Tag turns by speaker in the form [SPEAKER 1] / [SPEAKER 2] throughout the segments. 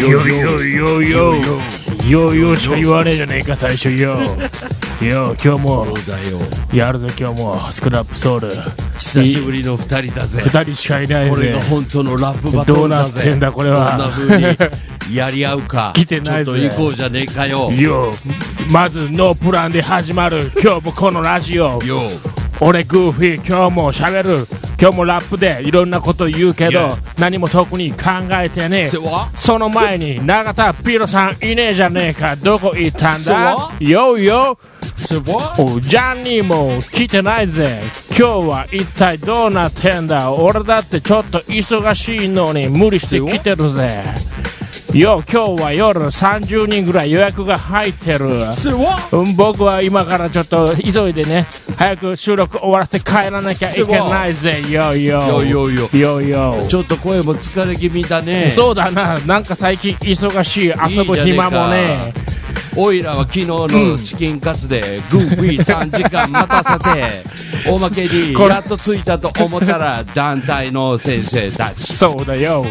[SPEAKER 1] よよよよよよしか言わねえじゃねえか最初よよ今日も
[SPEAKER 2] そうだよ
[SPEAKER 1] やるぞ今日もスクラップソウル
[SPEAKER 2] 久しぶりの二人だぜ
[SPEAKER 1] 2人しかいない
[SPEAKER 2] これ
[SPEAKER 1] ぜ
[SPEAKER 2] が本当のラップバトルだぜ
[SPEAKER 1] どうなってんだこれは
[SPEAKER 2] どんな風にやり合うか
[SPEAKER 1] 来てないぜ
[SPEAKER 2] ちょっと行こうじゃねえかよ
[SPEAKER 1] よまずノープランで始まる今日もこのラジオ
[SPEAKER 2] よ
[SPEAKER 1] 俺グーフィー今日もしゃべる今日もラップでいろんなこと言うけ
[SPEAKER 2] い
[SPEAKER 1] ど
[SPEAKER 2] や
[SPEAKER 1] 何も特に考えてねえ
[SPEAKER 2] 世話
[SPEAKER 1] その前に永田ピロさんいねえじゃねえかどこ行ったんだ
[SPEAKER 2] そ
[SPEAKER 1] よよ
[SPEAKER 2] すごい
[SPEAKER 1] おジャンニーも来てないぜ今日は一体どうなってんだ俺だってちょっと忙しいのに無理して来てるぜよ今日は夜30人ぐらい予約が入ってる
[SPEAKER 2] すごい
[SPEAKER 1] うん僕は今からちょっと急いでね早く収録終わらせて帰らなきゃいけないぜよよ
[SPEAKER 2] よよよ
[SPEAKER 1] よよ
[SPEAKER 2] ちょっと声も疲れ気味だね
[SPEAKER 1] そうだななんか最近忙しい遊ぶ
[SPEAKER 2] いい
[SPEAKER 1] 暇も
[SPEAKER 2] じゃ
[SPEAKER 1] ね
[SPEAKER 2] ねおいらは昨日のチキンカツでグーフィー3時間待たせ ておまけに
[SPEAKER 1] これ
[SPEAKER 2] やっと着いたと思ったら団体の先生たち
[SPEAKER 1] そうだよ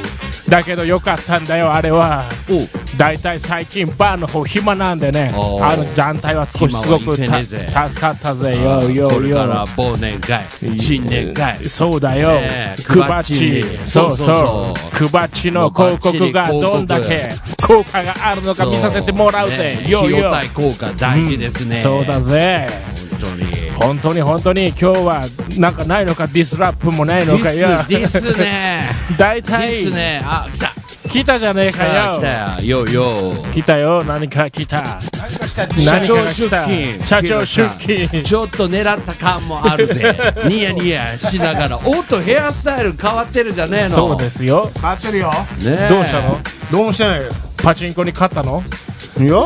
[SPEAKER 1] だけどよかったんだよあれは
[SPEAKER 2] お
[SPEAKER 1] 大体最近バーの方暇なんでね
[SPEAKER 2] おー
[SPEAKER 1] あの団体は少しすご
[SPEAKER 2] 暇は
[SPEAKER 1] く
[SPEAKER 2] いけねえぜ
[SPEAKER 1] た助かったぜよ
[SPEAKER 2] こ
[SPEAKER 1] よ
[SPEAKER 2] れから
[SPEAKER 1] よ
[SPEAKER 2] 忘年会新年会
[SPEAKER 1] そうだよ、
[SPEAKER 2] ねえ
[SPEAKER 1] くばっ
[SPEAKER 2] く
[SPEAKER 1] ち
[SPEAKER 2] ばっち
[SPEAKER 1] そ
[SPEAKER 2] そ
[SPEAKER 1] う
[SPEAKER 2] う
[SPEAKER 1] そ
[SPEAKER 2] そうそう
[SPEAKER 1] うくばっちの広告がどんだけ効果があるのか見させてもらうぜ
[SPEAKER 2] ね
[SPEAKER 1] よ
[SPEAKER 2] 費用
[SPEAKER 1] よ
[SPEAKER 2] 対効果大事ですね、
[SPEAKER 1] そうだぜ
[SPEAKER 2] 本当に
[SPEAKER 1] 本当に本当に今日はなんかないのかディスラップもない
[SPEAKER 2] デ
[SPEAKER 1] のかよ
[SPEAKER 2] ィスディスね
[SPEAKER 1] 大
[SPEAKER 2] ディ
[SPEAKER 1] 体
[SPEAKER 2] スねあ来た
[SPEAKER 1] 来たじゃねえ
[SPEAKER 2] 来
[SPEAKER 1] か
[SPEAKER 2] た
[SPEAKER 1] よ
[SPEAKER 2] 来たよよ
[SPEAKER 1] 来たよ何か来た
[SPEAKER 2] 社
[SPEAKER 1] 何
[SPEAKER 2] 長
[SPEAKER 1] かが
[SPEAKER 2] 出
[SPEAKER 1] 来た
[SPEAKER 2] 勤
[SPEAKER 1] 社長出勤
[SPEAKER 2] ちょっと狙った感もある ぜニヤニヤしながらおっとヘアスタイル変わってるじゃねえの
[SPEAKER 1] そうですよ
[SPEAKER 3] 変わってるよ
[SPEAKER 2] すねえ
[SPEAKER 1] どうしたの
[SPEAKER 3] どうもしてないよ
[SPEAKER 1] パチンコに勝ったの
[SPEAKER 3] いや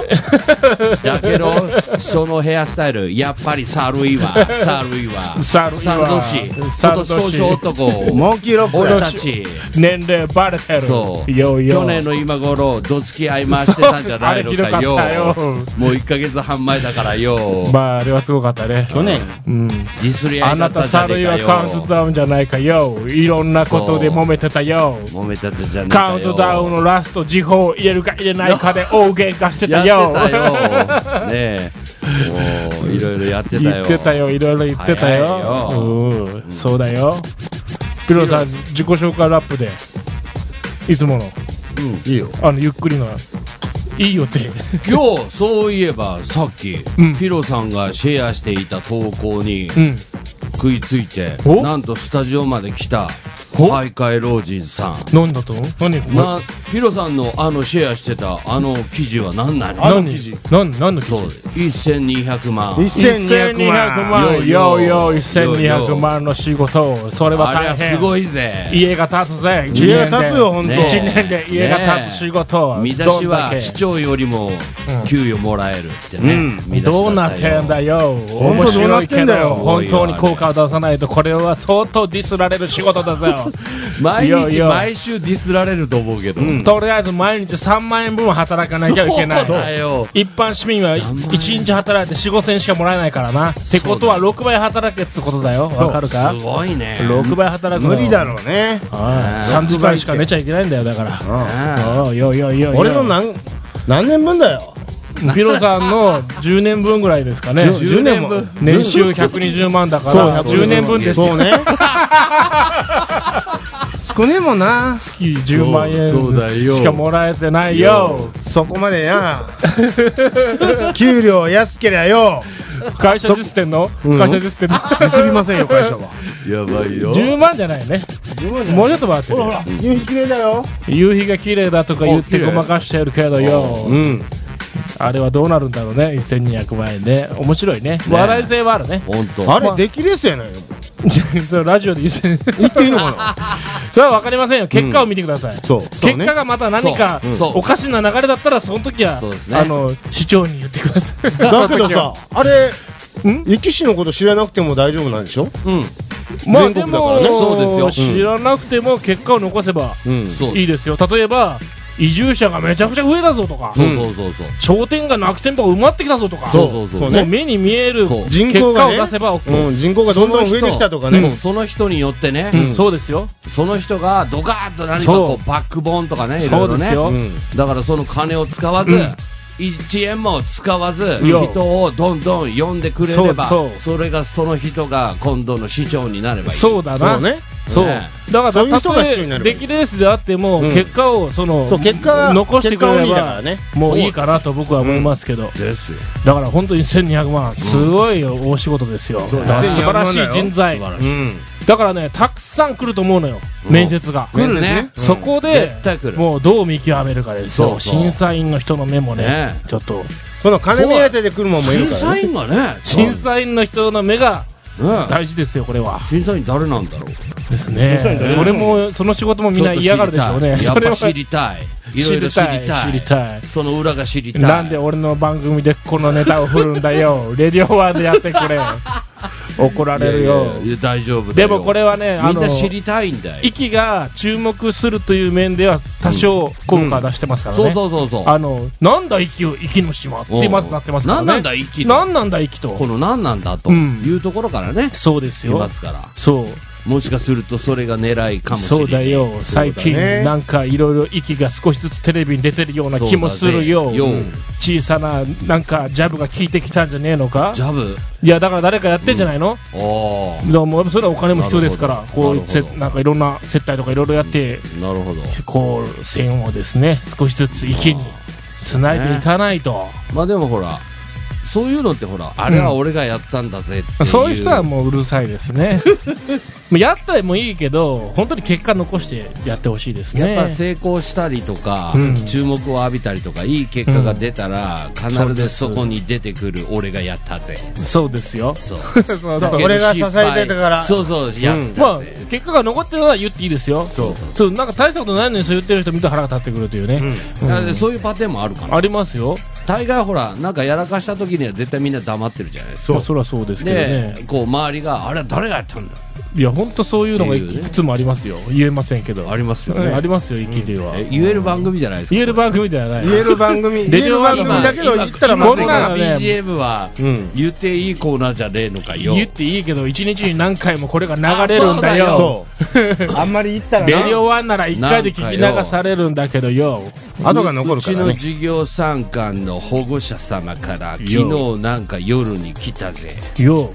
[SPEAKER 2] だけどそのヘアスタイルやっぱりサルイワサルイワ
[SPEAKER 1] サルイワ
[SPEAKER 2] 年今年少々男を
[SPEAKER 3] モンキーロック
[SPEAKER 2] 俺たち
[SPEAKER 1] 年齢バレてる
[SPEAKER 2] そう
[SPEAKER 1] よよ
[SPEAKER 2] 去年の今頃どつき合い回してたんじゃないのか
[SPEAKER 1] そう
[SPEAKER 2] よ
[SPEAKER 1] あれひどかったよ
[SPEAKER 2] もう1か月半前だからよ
[SPEAKER 1] まああれはすごかったね
[SPEAKER 2] 去年
[SPEAKER 1] うん
[SPEAKER 2] ディスり合い
[SPEAKER 1] あ
[SPEAKER 2] だ
[SPEAKER 1] な
[SPEAKER 2] った
[SPEAKER 1] た
[SPEAKER 2] じゃ
[SPEAKER 1] サ
[SPEAKER 2] ね
[SPEAKER 1] ル
[SPEAKER 2] え
[SPEAKER 1] イ
[SPEAKER 2] か
[SPEAKER 1] は
[SPEAKER 2] よ
[SPEAKER 1] カウントダウンじゃないかよいろんなことで揉めてたよ
[SPEAKER 2] 揉めたじゃねえかよ
[SPEAKER 1] カウントダウンのラスト時報を入れるか入れないかで大喧嘩して
[SPEAKER 2] や
[SPEAKER 1] た
[SPEAKER 2] っ
[SPEAKER 1] よ
[SPEAKER 2] てた よ。ねえ。もう、いろいろやってたよ。
[SPEAKER 1] 言ってたよいろいろ言ってた
[SPEAKER 2] 早
[SPEAKER 1] よ
[SPEAKER 2] いよ
[SPEAKER 1] うんそうだよピロさん自己紹介ラップでいつもの
[SPEAKER 2] うん
[SPEAKER 3] いいよ
[SPEAKER 1] あのゆっくりのいいよって
[SPEAKER 2] 今日、そういえば、さっき、
[SPEAKER 1] うん
[SPEAKER 2] ピロさんがシェアしていた投稿に
[SPEAKER 1] うん
[SPEAKER 2] 食いついて、
[SPEAKER 1] お
[SPEAKER 2] なんとスタジオまで来た、
[SPEAKER 1] お
[SPEAKER 2] 徘徊老人さん。
[SPEAKER 1] 何だと何
[SPEAKER 2] な、ピロさんのあのシェアしてたあの記事は何なの
[SPEAKER 3] あの
[SPEAKER 1] 何
[SPEAKER 3] 記事
[SPEAKER 1] 何何の記
[SPEAKER 2] そう、
[SPEAKER 1] 事
[SPEAKER 2] 1200万。
[SPEAKER 3] 1200万
[SPEAKER 1] 万
[SPEAKER 2] よ
[SPEAKER 1] よい
[SPEAKER 2] いよ
[SPEAKER 1] よ1200万の仕事それは
[SPEAKER 2] あれは
[SPEAKER 1] 大
[SPEAKER 2] す
[SPEAKER 1] 変
[SPEAKER 2] ごいぜ。
[SPEAKER 1] 家が建つぜ
[SPEAKER 3] 家が立つよ本当
[SPEAKER 2] ねえ
[SPEAKER 1] 1年で家が建つ仕事
[SPEAKER 2] 見出しは市長よりも給与もらえるってね。
[SPEAKER 3] うん
[SPEAKER 2] 見出しだよ
[SPEAKER 1] どうなってんだよ面
[SPEAKER 3] 本当どうな
[SPEAKER 1] 白
[SPEAKER 3] っ
[SPEAKER 1] い
[SPEAKER 3] て
[SPEAKER 1] け
[SPEAKER 3] んだ
[SPEAKER 1] ど
[SPEAKER 3] よ
[SPEAKER 1] 本当に効果を出さないとこれは相当ディスられる仕事だぜ
[SPEAKER 2] 毎
[SPEAKER 1] いやい
[SPEAKER 2] 日
[SPEAKER 1] や
[SPEAKER 2] 毎週ディスられると思うけど、
[SPEAKER 1] とりあえず毎日3万円分は働かな
[SPEAKER 2] そう
[SPEAKER 1] きゃいけない
[SPEAKER 2] だよ
[SPEAKER 1] 一般市民は
[SPEAKER 2] 3万円
[SPEAKER 1] 1日働いて4、5千しかもらえないからな。ってことは6倍働けっつことだよ。わかるか
[SPEAKER 2] すごいね
[SPEAKER 1] ?6 倍働く
[SPEAKER 3] 無理だ
[SPEAKER 1] ろ。
[SPEAKER 3] ろうね
[SPEAKER 1] ああ
[SPEAKER 2] ね
[SPEAKER 1] 3時間しか寝ちゃいけないんだよ、だから。
[SPEAKER 2] ああ
[SPEAKER 1] おうよいよいよいよ
[SPEAKER 3] 俺の何何年分だよ
[SPEAKER 1] ピロさんの10年分ぐらいですかね。
[SPEAKER 2] 10年分
[SPEAKER 1] 年収120万だから、
[SPEAKER 2] そうそう
[SPEAKER 1] 10年分です
[SPEAKER 3] そう
[SPEAKER 1] よ。
[SPEAKER 3] ね 少ねえもんな
[SPEAKER 1] 月10万
[SPEAKER 2] そうそうだ
[SPEAKER 1] 円
[SPEAKER 2] よ
[SPEAKER 1] しかもらえてないよ。
[SPEAKER 3] そこまでや給料安けりゃよ
[SPEAKER 1] 会社実践の
[SPEAKER 3] うん
[SPEAKER 1] 会社実践
[SPEAKER 3] ミスり
[SPEAKER 1] の。
[SPEAKER 3] ませんよ会社は
[SPEAKER 2] やばいよ
[SPEAKER 1] 10万じゃないね。もうちょっともらってるよ
[SPEAKER 3] 夕日綺麗だよ
[SPEAKER 1] 夕日が綺麗だとか言っ
[SPEAKER 2] あ綺
[SPEAKER 1] て
[SPEAKER 2] 麗
[SPEAKER 1] ごまかしてるけどよ
[SPEAKER 3] うん
[SPEAKER 1] あれはどうなるんだろうね1200万円で面白いね話題性はあるね
[SPEAKER 2] 本当
[SPEAKER 3] あれ出来レースやないよ
[SPEAKER 1] それラジオで言って
[SPEAKER 3] 言っていいのかな
[SPEAKER 1] それは分かりませんよ結果を見てください、
[SPEAKER 3] そうそう
[SPEAKER 1] 結
[SPEAKER 3] ね
[SPEAKER 1] 果がまた何か
[SPEAKER 2] そううんそう
[SPEAKER 1] おかしな流れだったらその時は
[SPEAKER 2] そうですね
[SPEAKER 1] あの市長に言ってください
[SPEAKER 3] だけどさあれ
[SPEAKER 1] ん
[SPEAKER 3] 力士のこと知らなくても大丈夫なんでしょ
[SPEAKER 2] うん
[SPEAKER 1] まあ
[SPEAKER 3] 全
[SPEAKER 1] で
[SPEAKER 3] 国だから
[SPEAKER 1] も
[SPEAKER 3] ね
[SPEAKER 2] そうですよ
[SPEAKER 1] 知らなくても結果を残せば
[SPEAKER 3] うん
[SPEAKER 2] そう
[SPEAKER 1] いいですよ例えば移住者がめちゃくちゃ増えたぞとか、
[SPEAKER 2] そうそうそうそう。
[SPEAKER 1] 商店街の空き店舗が埋まってきたぞとか、
[SPEAKER 2] そうそうそう
[SPEAKER 3] そう
[SPEAKER 1] もう
[SPEAKER 3] ね
[SPEAKER 1] 目に見える
[SPEAKER 2] そう
[SPEAKER 1] 結
[SPEAKER 3] 人
[SPEAKER 1] 果
[SPEAKER 3] 口
[SPEAKER 1] を
[SPEAKER 3] がね
[SPEAKER 1] 出せば OK
[SPEAKER 3] うん、人口がどんどん増えてきたとか
[SPEAKER 2] そう
[SPEAKER 3] ね
[SPEAKER 2] その人によってね、
[SPEAKER 1] うんそうですよ、
[SPEAKER 2] その人がドカーッと何かこうバックボーンとかね、いろい
[SPEAKER 1] そう
[SPEAKER 2] ろ
[SPEAKER 1] で
[SPEAKER 2] ね
[SPEAKER 1] す。よ、
[SPEAKER 3] うん
[SPEAKER 2] だからその金を使わず、
[SPEAKER 1] うん
[SPEAKER 2] 1円も使わず、
[SPEAKER 1] いや
[SPEAKER 2] 人をどんどん呼んでくれれば、
[SPEAKER 1] そう
[SPEAKER 2] そ
[SPEAKER 1] そう
[SPEAKER 2] れがその人が今度の市長になればいい。
[SPEAKER 1] そうだな、
[SPEAKER 3] そうね
[SPEAKER 1] そう
[SPEAKER 2] ね
[SPEAKER 1] だから
[SPEAKER 3] そういう人が必要にな
[SPEAKER 1] た
[SPEAKER 3] る
[SPEAKER 1] とえ出来レースであっても、
[SPEAKER 3] うん
[SPEAKER 1] 結果をその
[SPEAKER 3] そう結果が
[SPEAKER 1] 残してくれれ
[SPEAKER 3] 結果鬼だか
[SPEAKER 1] ば
[SPEAKER 3] らね
[SPEAKER 1] もういいかなと僕は思いますけど、
[SPEAKER 2] ですよ。
[SPEAKER 1] だから本当に1200万すごいお仕事ですよ、
[SPEAKER 3] そう
[SPEAKER 1] だから素晴らし
[SPEAKER 3] 1200万
[SPEAKER 1] い人材
[SPEAKER 2] 素晴らし
[SPEAKER 3] う
[SPEAKER 2] い。
[SPEAKER 3] ん
[SPEAKER 1] だからねたくさん来ると思うのよ、
[SPEAKER 2] うん
[SPEAKER 1] 面接が、
[SPEAKER 2] 来るね。
[SPEAKER 1] そこで
[SPEAKER 2] 絶対来る。
[SPEAKER 1] もうどう見極めるかですよ
[SPEAKER 2] そうそう
[SPEAKER 1] 審査員の人の目もね
[SPEAKER 2] ね
[SPEAKER 1] ちょっと
[SPEAKER 3] その金目当てで来るもんもい
[SPEAKER 2] 審
[SPEAKER 3] るから
[SPEAKER 2] 査
[SPEAKER 3] ね
[SPEAKER 2] 員がね、
[SPEAKER 1] 審査員の人の目が
[SPEAKER 2] ね
[SPEAKER 1] 大事ですよこれは
[SPEAKER 2] 審査員誰なんだろう。
[SPEAKER 1] ですねそれもその仕事もみんな嫌がるでしょうね
[SPEAKER 2] ちょ
[SPEAKER 1] そ
[SPEAKER 2] っと
[SPEAKER 1] れは
[SPEAKER 2] 知りたいやっぱ知りたい。いろいろ知りた
[SPEAKER 1] 知り
[SPEAKER 2] い。
[SPEAKER 1] たい
[SPEAKER 2] その裏が知りたい。
[SPEAKER 1] なんで俺の番組でこのネタを振るんだ よレディオワンでやってくれ怒られる
[SPEAKER 2] い
[SPEAKER 1] よ
[SPEAKER 2] やいやいや大丈夫だ
[SPEAKER 1] で
[SPEAKER 2] よ
[SPEAKER 1] もこれはねあ
[SPEAKER 2] みん
[SPEAKER 1] の
[SPEAKER 2] な知りたいんだよ。
[SPEAKER 1] 息が注目するという面では多少効果は出してますから
[SPEAKER 2] そう
[SPEAKER 1] ね
[SPEAKER 2] そうそうそう。
[SPEAKER 1] あのなんだ息を息の島ってまずなってますからね
[SPEAKER 2] 何なんだ、息の。
[SPEAKER 1] 何なんだ息と
[SPEAKER 2] この何なんだと
[SPEAKER 1] うん
[SPEAKER 2] いうところからね、
[SPEAKER 1] そうです
[SPEAKER 2] 来ま
[SPEAKER 1] よ
[SPEAKER 2] すから、
[SPEAKER 1] そう
[SPEAKER 2] もしかするとそれが狙いかもしれ
[SPEAKER 1] そ
[SPEAKER 2] な
[SPEAKER 1] う
[SPEAKER 2] い。
[SPEAKER 1] だよ最近
[SPEAKER 3] そうだね
[SPEAKER 1] なんかいろいろ息が少しずつテレビに出てるような気もするよ
[SPEAKER 2] そうだぜよ
[SPEAKER 1] うん小さななんかジャブが効いてきたんじゃねえのか
[SPEAKER 2] ジャブ、
[SPEAKER 1] いやだから誰かやってんじゃないの、
[SPEAKER 2] おー
[SPEAKER 1] でもそれはお金も必要ですから
[SPEAKER 2] なるほ
[SPEAKER 1] こ
[SPEAKER 2] ど
[SPEAKER 1] う
[SPEAKER 2] な
[SPEAKER 1] せ
[SPEAKER 2] るほど
[SPEAKER 1] なんかいろんな接待とかいろいろやって、
[SPEAKER 2] なるほど。
[SPEAKER 1] こう線をですね少しずつ息につないでいかないと、
[SPEAKER 2] まあでもほら、そういうのってほら、あれは俺がやったんだぜっていう。
[SPEAKER 1] そういう人はもううるさいで すねもうやったらもいいけど本当に結果残してやってほしいですね
[SPEAKER 2] やっぱ成功したりとか、
[SPEAKER 1] うん
[SPEAKER 2] 注目を浴びたりとか、いい結果が出たら、必
[SPEAKER 1] そうで
[SPEAKER 2] ず
[SPEAKER 1] す
[SPEAKER 2] そこに出てくる俺がやったぜ。
[SPEAKER 1] そうですよ
[SPEAKER 2] そう。
[SPEAKER 1] そう
[SPEAKER 3] そう俺が支えてたから
[SPEAKER 2] そうそう、やった
[SPEAKER 1] まあ
[SPEAKER 2] ぜ。、
[SPEAKER 1] 結果が残ってるのは言っていいですよ。そう
[SPEAKER 2] そう
[SPEAKER 1] なんか大したことないのにそう言ってる人見ると腹が立ってくるというね。
[SPEAKER 2] だからそういうパターンもあるから
[SPEAKER 1] ありますよ。
[SPEAKER 2] 大概ほらなんかやらかした時には絶対みんな黙ってるじゃないですか
[SPEAKER 1] まあ、そりゃそうですけど
[SPEAKER 2] で、
[SPEAKER 1] ね。
[SPEAKER 2] こう周りがあれは誰がやったんだ
[SPEAKER 1] いや、本当そういうのがい
[SPEAKER 2] っていうね
[SPEAKER 1] くつもありますよ。言えませんけど。
[SPEAKER 2] ありますよ
[SPEAKER 1] うんあ
[SPEAKER 2] ね
[SPEAKER 1] りますよ、生きては。
[SPEAKER 2] え言える番組じゃないですか
[SPEAKER 1] 言える番組ではない。
[SPEAKER 3] 言える番組
[SPEAKER 1] レ
[SPEAKER 3] 言
[SPEAKER 1] デ
[SPEAKER 3] え
[SPEAKER 1] ィオ
[SPEAKER 3] る
[SPEAKER 1] ワ
[SPEAKER 3] 番
[SPEAKER 1] ン
[SPEAKER 3] 組
[SPEAKER 1] 今
[SPEAKER 3] だけど言ったらま
[SPEAKER 2] こ
[SPEAKER 1] ず
[SPEAKER 3] ずい
[SPEAKER 1] い
[SPEAKER 2] ん
[SPEAKER 1] な
[SPEAKER 2] な
[SPEAKER 1] こ
[SPEAKER 2] の
[SPEAKER 1] んなのね
[SPEAKER 2] BGM は
[SPEAKER 3] うん
[SPEAKER 2] 言っていいコーナーじゃねえのかよ
[SPEAKER 1] 言っていいけど、一日に何回もこれが流れるんだ
[SPEAKER 2] あ
[SPEAKER 1] よ。
[SPEAKER 3] そうあんまり言ったら
[SPEAKER 1] レデ
[SPEAKER 3] な
[SPEAKER 1] ィオワンなら一回で聞き流されるんだけどよ。
[SPEAKER 3] 後が残るから
[SPEAKER 2] うちの
[SPEAKER 3] ね
[SPEAKER 2] 事業参観の保護者様から昨日なんか夜に来たぜ
[SPEAKER 1] よ。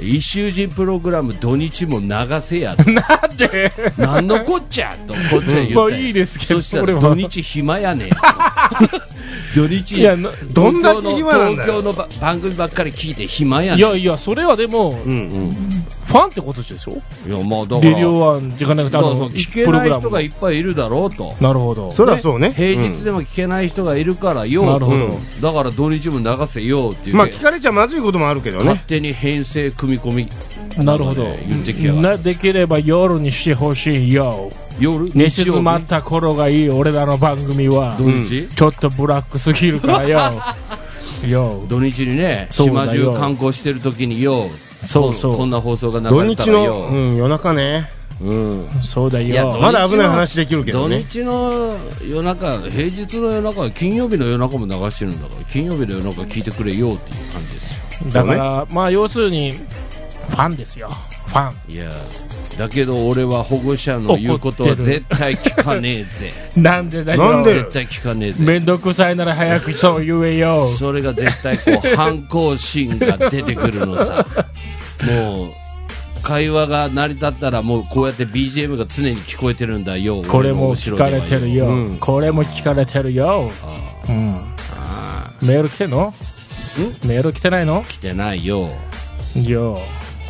[SPEAKER 2] 一周人プログラム土日も流せやと
[SPEAKER 1] なんで
[SPEAKER 2] なんのこっちゃとこっちゃ言ったよ
[SPEAKER 1] もういいですけど
[SPEAKER 2] そした
[SPEAKER 1] 俺
[SPEAKER 2] ら
[SPEAKER 1] は
[SPEAKER 2] 土日暇や ねん土日
[SPEAKER 1] いや、な
[SPEAKER 3] どんだけ暇なんだよ
[SPEAKER 2] 東京の東京のば番組ばっかり聞いて暇や
[SPEAKER 1] い
[SPEAKER 2] ねん
[SPEAKER 1] やいや、それはでも、
[SPEAKER 3] う
[SPEAKER 1] フ
[SPEAKER 3] ん
[SPEAKER 1] ァンってことでしょ
[SPEAKER 2] いやまあだか
[SPEAKER 1] レ
[SPEAKER 2] ら
[SPEAKER 1] ディオワンじゃなくて、あ
[SPEAKER 2] そうそう
[SPEAKER 1] の、
[SPEAKER 2] 聞け
[SPEAKER 1] プロ
[SPEAKER 2] な
[SPEAKER 1] グ
[SPEAKER 2] い
[SPEAKER 1] ラム
[SPEAKER 2] 人がいっぱいいるだろうと
[SPEAKER 1] なるほど。
[SPEAKER 3] そりゃそうね
[SPEAKER 2] 平日でも聞けない人がいるからよ、
[SPEAKER 1] なるほど。
[SPEAKER 3] うん
[SPEAKER 2] だから土日も流せよって
[SPEAKER 3] う
[SPEAKER 2] 言
[SPEAKER 3] んま
[SPEAKER 2] っ
[SPEAKER 3] あ
[SPEAKER 2] て、
[SPEAKER 3] 聞かれちゃまずいこともあるけど
[SPEAKER 2] 勝
[SPEAKER 3] ね
[SPEAKER 2] 手に編成組み込み
[SPEAKER 1] なるほど。
[SPEAKER 2] 言ってきやがる
[SPEAKER 1] なできれば夜にしてほしいよ。
[SPEAKER 2] 夜
[SPEAKER 1] 寝静まっ
[SPEAKER 2] 日
[SPEAKER 1] た頃がいい俺らの番組は
[SPEAKER 2] 曜、日土日、
[SPEAKER 1] ちょっとブラックすぎるか らよ。よ。
[SPEAKER 2] 土日にね
[SPEAKER 1] そうだ
[SPEAKER 2] 島
[SPEAKER 1] よ
[SPEAKER 2] 中観光してる時によ
[SPEAKER 1] そうそう
[SPEAKER 2] こんこんな放送が
[SPEAKER 3] 土
[SPEAKER 2] 流れた
[SPEAKER 3] 日
[SPEAKER 2] ら
[SPEAKER 3] の
[SPEAKER 2] よ
[SPEAKER 3] うん夜中ねうん
[SPEAKER 1] そうだ
[SPEAKER 2] いやど
[SPEAKER 1] よ。
[SPEAKER 2] う
[SPEAKER 3] まだ危ない話できるけ
[SPEAKER 2] 土
[SPEAKER 3] どね
[SPEAKER 2] 日の夜中平日の夜中金曜日の夜中も流してるんだから金曜日の夜中聞いてくれよっていう感じですよ
[SPEAKER 1] だから、まあ、要するに、ファンですよ。ファン。
[SPEAKER 2] いやだけど俺は保護者の言うこと
[SPEAKER 1] 怒
[SPEAKER 2] は
[SPEAKER 1] ってる
[SPEAKER 2] 絶対聞かねえ ぜ
[SPEAKER 1] なんでだよ。
[SPEAKER 3] なんで
[SPEAKER 2] 絶対聞かねえぜ
[SPEAKER 1] めんどくさいなら早くそう言えよ。
[SPEAKER 2] それが絶対こう反抗心が出てくるの さもう会話が成り立ったらもうこうやって BGM が常に聞こえてるんだよ
[SPEAKER 1] これも聞かれてるよ、
[SPEAKER 3] 俺の後ろではようん
[SPEAKER 1] これも聞かれてるよ、
[SPEAKER 2] あ
[SPEAKER 1] うん、メール来てんのメール来てないの
[SPEAKER 2] 来てないよ
[SPEAKER 1] よ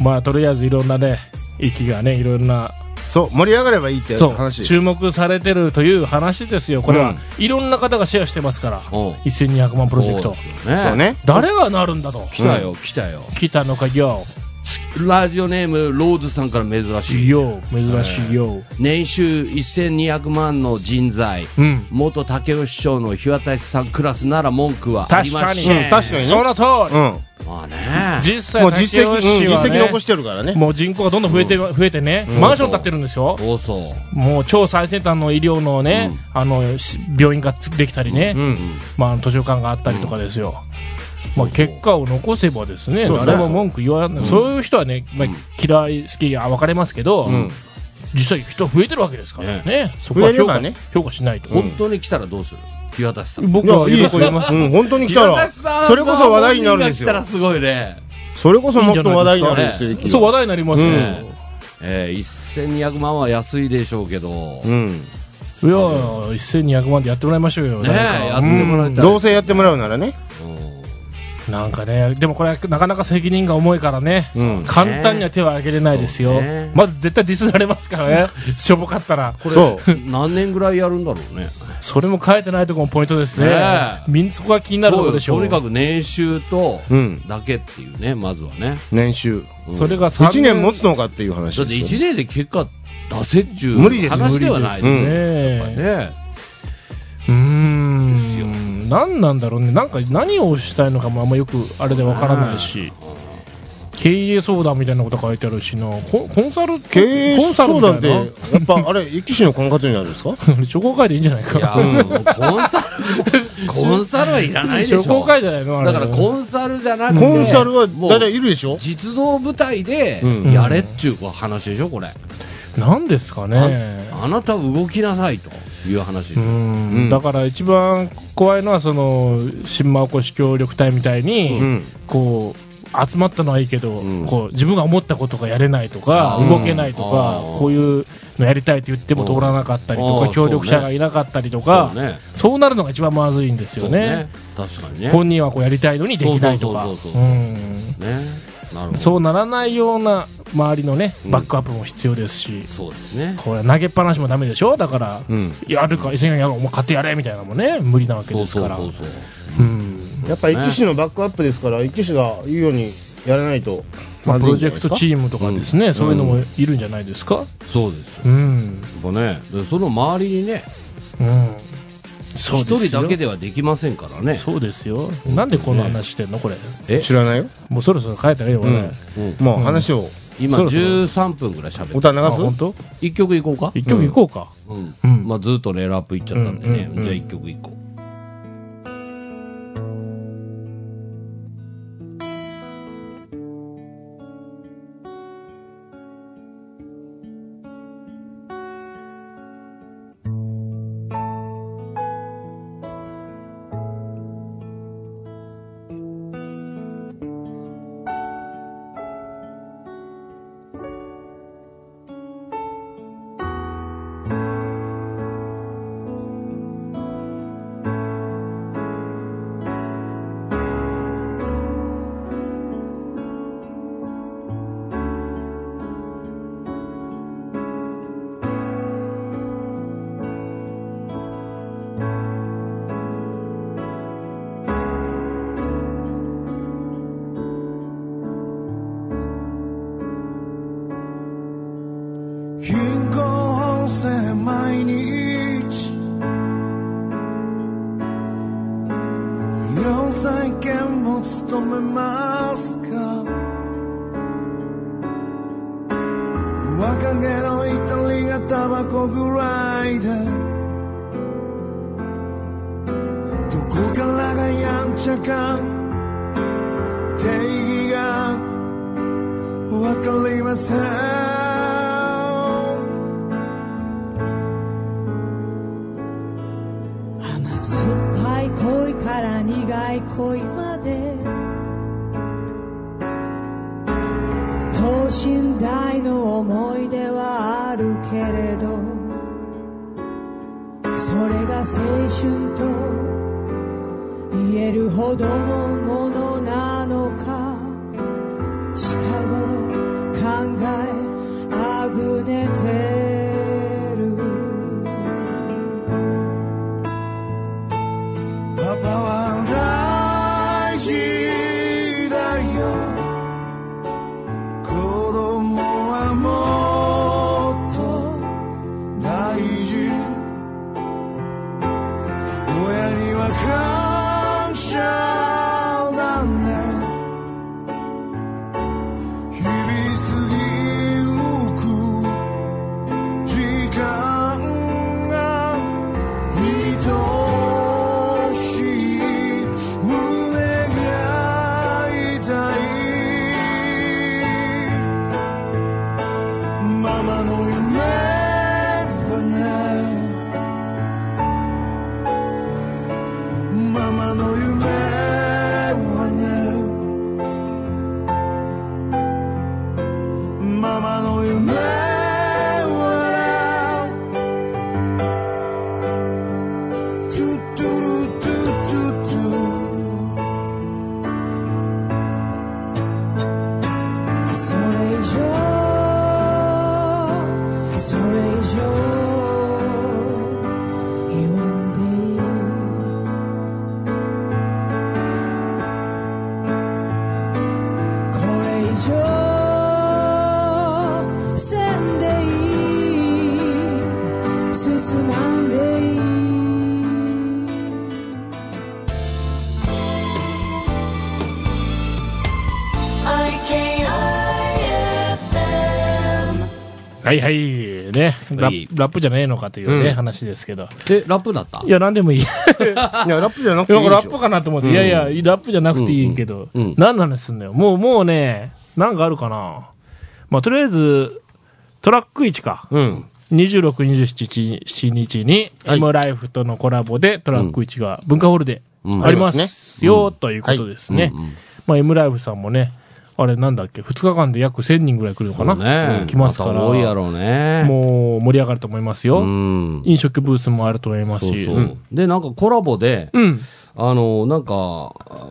[SPEAKER 1] まあとりあえずいろんなね息がねいろんな
[SPEAKER 3] そう盛り上がればいいって
[SPEAKER 1] そう
[SPEAKER 3] 話です
[SPEAKER 1] 注目されてるという話ですよこれは、いろんな方がシェアしてますから
[SPEAKER 2] おう
[SPEAKER 1] 1200万プロジェクト
[SPEAKER 2] そうですよ
[SPEAKER 3] そう
[SPEAKER 2] ね
[SPEAKER 3] ね
[SPEAKER 1] 誰がなるんだと
[SPEAKER 2] 来たよ来たよ
[SPEAKER 1] 来たのかよ
[SPEAKER 2] 月ラジオネームローズさんから珍しい
[SPEAKER 1] よう珍しいよう、
[SPEAKER 2] 年収1200万の人材、
[SPEAKER 1] ん
[SPEAKER 2] 元竹雄市長の日渡さんクラスなら文句はあり
[SPEAKER 1] 確
[SPEAKER 2] ま
[SPEAKER 1] か
[SPEAKER 2] せ
[SPEAKER 1] に、
[SPEAKER 2] ん
[SPEAKER 3] うん確かにね
[SPEAKER 1] その通り、
[SPEAKER 3] う
[SPEAKER 2] まあね
[SPEAKER 1] 実
[SPEAKER 3] ん。
[SPEAKER 1] 際
[SPEAKER 3] もう実績、うん
[SPEAKER 1] 武雄市はね
[SPEAKER 3] 実績残してるからね。
[SPEAKER 1] もう人口がどんどん増えて、増えてね、マンション建ってるんですよ。
[SPEAKER 2] そうそ
[SPEAKER 1] もう超最先端の医療のね、あの、し病院がつできたりね、
[SPEAKER 3] うん。
[SPEAKER 1] まあ図書館があったりとかですよ。まあ結果を残せばですね、
[SPEAKER 3] そうそう
[SPEAKER 1] 誰も文句言わない。そういう人はね、まあ嫌い、好き、あ分かれますけど、実際人増えてるわけですからね。そこは
[SPEAKER 3] 増えれ
[SPEAKER 1] 評
[SPEAKER 3] ば
[SPEAKER 1] 価
[SPEAKER 3] ね
[SPEAKER 1] 評価しないと
[SPEAKER 2] う、。本当に来たらどうする日渡さん
[SPEAKER 1] 僕
[SPEAKER 3] いや
[SPEAKER 1] はい
[SPEAKER 3] いです
[SPEAKER 1] 喜び
[SPEAKER 3] よ。
[SPEAKER 1] ます。
[SPEAKER 3] うん、本当に来たら、それこそ話題になるんです
[SPEAKER 2] 日渡さんが来たら
[SPEAKER 3] よ。
[SPEAKER 2] すごいね
[SPEAKER 3] それこそもっと話題になるんです
[SPEAKER 2] い
[SPEAKER 3] よ、駅
[SPEAKER 1] そう、話題になりますよ。
[SPEAKER 3] うん
[SPEAKER 2] えー、1200万は安いでしょうけど、
[SPEAKER 3] うん。
[SPEAKER 1] いやいや、1200万でやってもらいましょうよ。
[SPEAKER 2] ね
[SPEAKER 1] 誰か
[SPEAKER 2] えやってもらいたい
[SPEAKER 3] どうせやってもらうならね。
[SPEAKER 2] うん
[SPEAKER 1] なんかね、でもこれはなかなか責任が重いからね、
[SPEAKER 3] うん
[SPEAKER 1] 簡単には手は挙げれないですよ、
[SPEAKER 2] そうね
[SPEAKER 1] まず絶対ディスられますからね、しょぼかったら、
[SPEAKER 2] これ
[SPEAKER 3] そう
[SPEAKER 2] 何年ぐらいやるんだろうね
[SPEAKER 1] それも書いてないところもポイントですね、
[SPEAKER 2] ねえ
[SPEAKER 1] みんそこが気になるところでしょ
[SPEAKER 2] と
[SPEAKER 1] う、
[SPEAKER 2] にかく年収と
[SPEAKER 3] うん
[SPEAKER 2] だけっていうねまずはね
[SPEAKER 3] 年収。
[SPEAKER 1] それが3
[SPEAKER 3] 1年持つのかっていう話
[SPEAKER 2] だっ
[SPEAKER 3] で
[SPEAKER 2] て
[SPEAKER 3] すよ
[SPEAKER 2] 1年で結果出せっちゅう
[SPEAKER 3] 無理です
[SPEAKER 2] 話ではない
[SPEAKER 1] 無
[SPEAKER 2] ね
[SPEAKER 1] 理ですね、うー
[SPEAKER 2] ですよ
[SPEAKER 1] ん、何なんだろうね、なんか何をしたいのかもあんまよくあれでわからないし。経営相談みたいなこと書いてあるしな、コンコンサル
[SPEAKER 3] 経営
[SPEAKER 1] コンサル
[SPEAKER 3] 相
[SPEAKER 1] みたい
[SPEAKER 3] 談って、やっぱあれ、一騎士の管轄になるんです か
[SPEAKER 1] な 初公会でいいんじゃないか。
[SPEAKER 2] いやもうコンサ ルコンサルはいらないでしょ
[SPEAKER 1] 初公会じゃないのあれ
[SPEAKER 2] だからコンサルじゃなくて
[SPEAKER 3] コンサルは
[SPEAKER 2] も
[SPEAKER 3] 大体
[SPEAKER 2] う
[SPEAKER 3] いるでしょ
[SPEAKER 2] 実動部隊で
[SPEAKER 3] うん
[SPEAKER 2] やれっちゅう話でしょこれ
[SPEAKER 1] なんですかね。
[SPEAKER 2] あなた動きなさいという話
[SPEAKER 1] う
[SPEAKER 2] で
[SPEAKER 1] ん
[SPEAKER 3] ん
[SPEAKER 1] だから一番怖いのはその新馬おこし協力隊みたいに、
[SPEAKER 3] うん。
[SPEAKER 1] こう集まったのはいいけど、
[SPEAKER 2] うん
[SPEAKER 1] こう自分が思ったことがやれないとか、
[SPEAKER 2] うん
[SPEAKER 1] 動けないとか、
[SPEAKER 2] あー
[SPEAKER 1] こういうのやりたいって言っても通らなかったりと
[SPEAKER 2] うん
[SPEAKER 1] か、
[SPEAKER 2] あー
[SPEAKER 1] 協力者がいなかったりと
[SPEAKER 2] そ
[SPEAKER 1] か
[SPEAKER 2] う、ね
[SPEAKER 1] そうなるのが一番まずいんです
[SPEAKER 2] そ
[SPEAKER 1] よ
[SPEAKER 2] う
[SPEAKER 1] ね
[SPEAKER 2] ね。確かにね
[SPEAKER 1] 本人はこうやりたいのにできないとか
[SPEAKER 2] そうそうそうそう
[SPEAKER 1] う
[SPEAKER 2] そうんねなるほど
[SPEAKER 1] そうならないような周りのね
[SPEAKER 2] うん
[SPEAKER 1] バックアップも必要ですし、
[SPEAKER 2] そうですね
[SPEAKER 1] これ投げっぱなしもダメでしょだから、
[SPEAKER 3] うん。
[SPEAKER 1] やるか、一緒にやろう、もう買ってやれみたいなのもね、無理なわけ
[SPEAKER 2] そ
[SPEAKER 1] で
[SPEAKER 2] う
[SPEAKER 1] す
[SPEAKER 2] そ
[SPEAKER 1] か
[SPEAKER 2] う
[SPEAKER 1] ら。
[SPEAKER 2] そうそう
[SPEAKER 1] うん
[SPEAKER 3] やっぱ一騎士のバックアップですから、一騎士が言うようにやらないと
[SPEAKER 1] まあ、
[SPEAKER 3] ま
[SPEAKER 1] プ
[SPEAKER 3] ずい
[SPEAKER 1] ロジェク
[SPEAKER 3] んじゃないです
[SPEAKER 1] ト
[SPEAKER 3] か。
[SPEAKER 1] チームとかですね、そういうのもいるんじゃないですか。
[SPEAKER 2] そうですよ
[SPEAKER 1] うん。
[SPEAKER 2] やっぱねでその周りにね
[SPEAKER 1] うん。そうで
[SPEAKER 2] 一
[SPEAKER 1] す
[SPEAKER 2] 人
[SPEAKER 1] よ。
[SPEAKER 2] だけではできませんからね。
[SPEAKER 1] そうですよ。なんでこの話してんのこれ。
[SPEAKER 2] え
[SPEAKER 3] 知らないよ。
[SPEAKER 1] もうそろそろ変えたらいいよ、これ。
[SPEAKER 3] うん
[SPEAKER 2] うん
[SPEAKER 3] もう話を、
[SPEAKER 2] 今
[SPEAKER 1] そろそろ
[SPEAKER 2] 13分ぐらい喋
[SPEAKER 3] お
[SPEAKER 2] って
[SPEAKER 3] た
[SPEAKER 1] あ、
[SPEAKER 3] 流
[SPEAKER 1] 本
[SPEAKER 3] す
[SPEAKER 1] 当
[SPEAKER 2] 一曲いこうか、
[SPEAKER 1] 一曲いこうか。
[SPEAKER 2] うん
[SPEAKER 1] うん
[SPEAKER 2] まあ、ずっとねラップいっちゃったんでね、
[SPEAKER 1] うんうんうん
[SPEAKER 2] じゃあ一曲いこ
[SPEAKER 4] 貧困法毎日4歳券も務めますか若気の至りがタバコぐらいでどこからがやんちゃか定義がわかりません
[SPEAKER 5] 甘酸っぱい恋から苦い恋まで等身大の思い出はあるけれどそれが青春と言えるほどのものなのか近頃考えあぐねてる
[SPEAKER 4] パパは大事だよあの夢だねママの夢はねママの夢はねトゥトゥルトゥトゥト
[SPEAKER 5] 「それ以上それ以上言わんでいい」「これ以上せんでいい」「進まんでいい」
[SPEAKER 1] はいはい。ね。ラ
[SPEAKER 2] はい
[SPEAKER 1] ップラップじゃねえのかというね、
[SPEAKER 3] うん
[SPEAKER 1] 話ですけど。
[SPEAKER 2] え、ラップだった
[SPEAKER 1] いや、なんでもいい。
[SPEAKER 3] いや、ラップじゃなくていい
[SPEAKER 1] なんか
[SPEAKER 3] で
[SPEAKER 1] ラ
[SPEAKER 3] し
[SPEAKER 1] ッ
[SPEAKER 3] ょ
[SPEAKER 1] プ。かなと思って、いやいや、ラップじゃなくていいけど、
[SPEAKER 2] うんうんうん
[SPEAKER 1] 何の話すんだよ。もう、もうね、なんかあるかな。まあ、とりあえず、トラック1か。
[SPEAKER 3] うん。
[SPEAKER 1] 26、27 7日に、
[SPEAKER 3] はい
[SPEAKER 1] M ライフとのコラボでトラック1が文化ホールで
[SPEAKER 2] うん
[SPEAKER 1] あります,、
[SPEAKER 3] ありま
[SPEAKER 1] よ、ということですね。
[SPEAKER 2] うんうん
[SPEAKER 1] まあ、M ライフさんもね、あれなんだっけ、2日間で約1000人ぐらい来るのかな。
[SPEAKER 2] ね
[SPEAKER 1] うん来ますから。
[SPEAKER 2] 多いやろうね。
[SPEAKER 1] もう盛り上がると思いますよ。
[SPEAKER 2] うん。
[SPEAKER 1] 飲食ブースもあると思います
[SPEAKER 2] そう
[SPEAKER 1] し。
[SPEAKER 2] そう、
[SPEAKER 1] うん
[SPEAKER 2] で、なんかコラボで、
[SPEAKER 1] うん。
[SPEAKER 2] あの、なんか、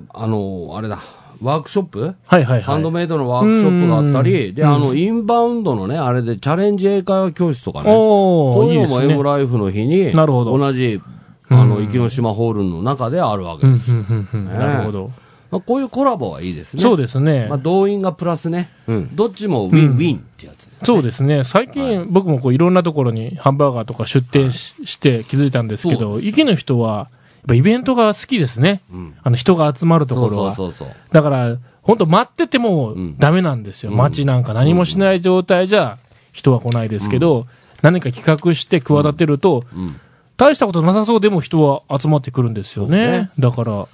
[SPEAKER 2] あの、あれだ、ワークショップ
[SPEAKER 1] はいはいは
[SPEAKER 2] ハン
[SPEAKER 1] い
[SPEAKER 2] ド。メイドのワークショップがあった
[SPEAKER 1] うんうん
[SPEAKER 2] り、で、あの、インバウンドのね、あれでチャレンジ英会話教室とかね、こ
[SPEAKER 1] お
[SPEAKER 2] う
[SPEAKER 1] お、
[SPEAKER 2] い
[SPEAKER 1] いいう
[SPEAKER 2] の
[SPEAKER 1] で
[SPEAKER 2] も
[SPEAKER 1] す
[SPEAKER 2] M
[SPEAKER 1] ね。
[SPEAKER 2] ライフの日に、
[SPEAKER 1] なるほど
[SPEAKER 2] 同じ、あの、生きの島ホールの中であるわけ
[SPEAKER 1] うんう
[SPEAKER 2] で
[SPEAKER 1] ん
[SPEAKER 2] す。
[SPEAKER 1] うんうんなるほど。
[SPEAKER 2] まあこういうコラボはいいですね。
[SPEAKER 1] そうですね
[SPEAKER 2] まあ、。動員がプラスね、
[SPEAKER 3] ん
[SPEAKER 2] どっちもウィンウィンってやつ。
[SPEAKER 1] そうですね。最近僕もこういろんなところにハンバーガーとか出店しして気づいたんですけ
[SPEAKER 2] そ
[SPEAKER 1] ど、息の人は、やっぱイベントが好きですね。あの人が集まると
[SPEAKER 2] そ
[SPEAKER 1] こ
[SPEAKER 2] う
[SPEAKER 1] ろ
[SPEAKER 2] そう
[SPEAKER 1] は。
[SPEAKER 2] そうそう。
[SPEAKER 1] だから、本当待ってても
[SPEAKER 2] ん
[SPEAKER 1] ダメなんですよ。街なんか何もしない状態じゃ人は来ないですけど、何か企画して企てると、大したことなさそうでも人は集まってくるんですよね。
[SPEAKER 2] そうね
[SPEAKER 1] だから、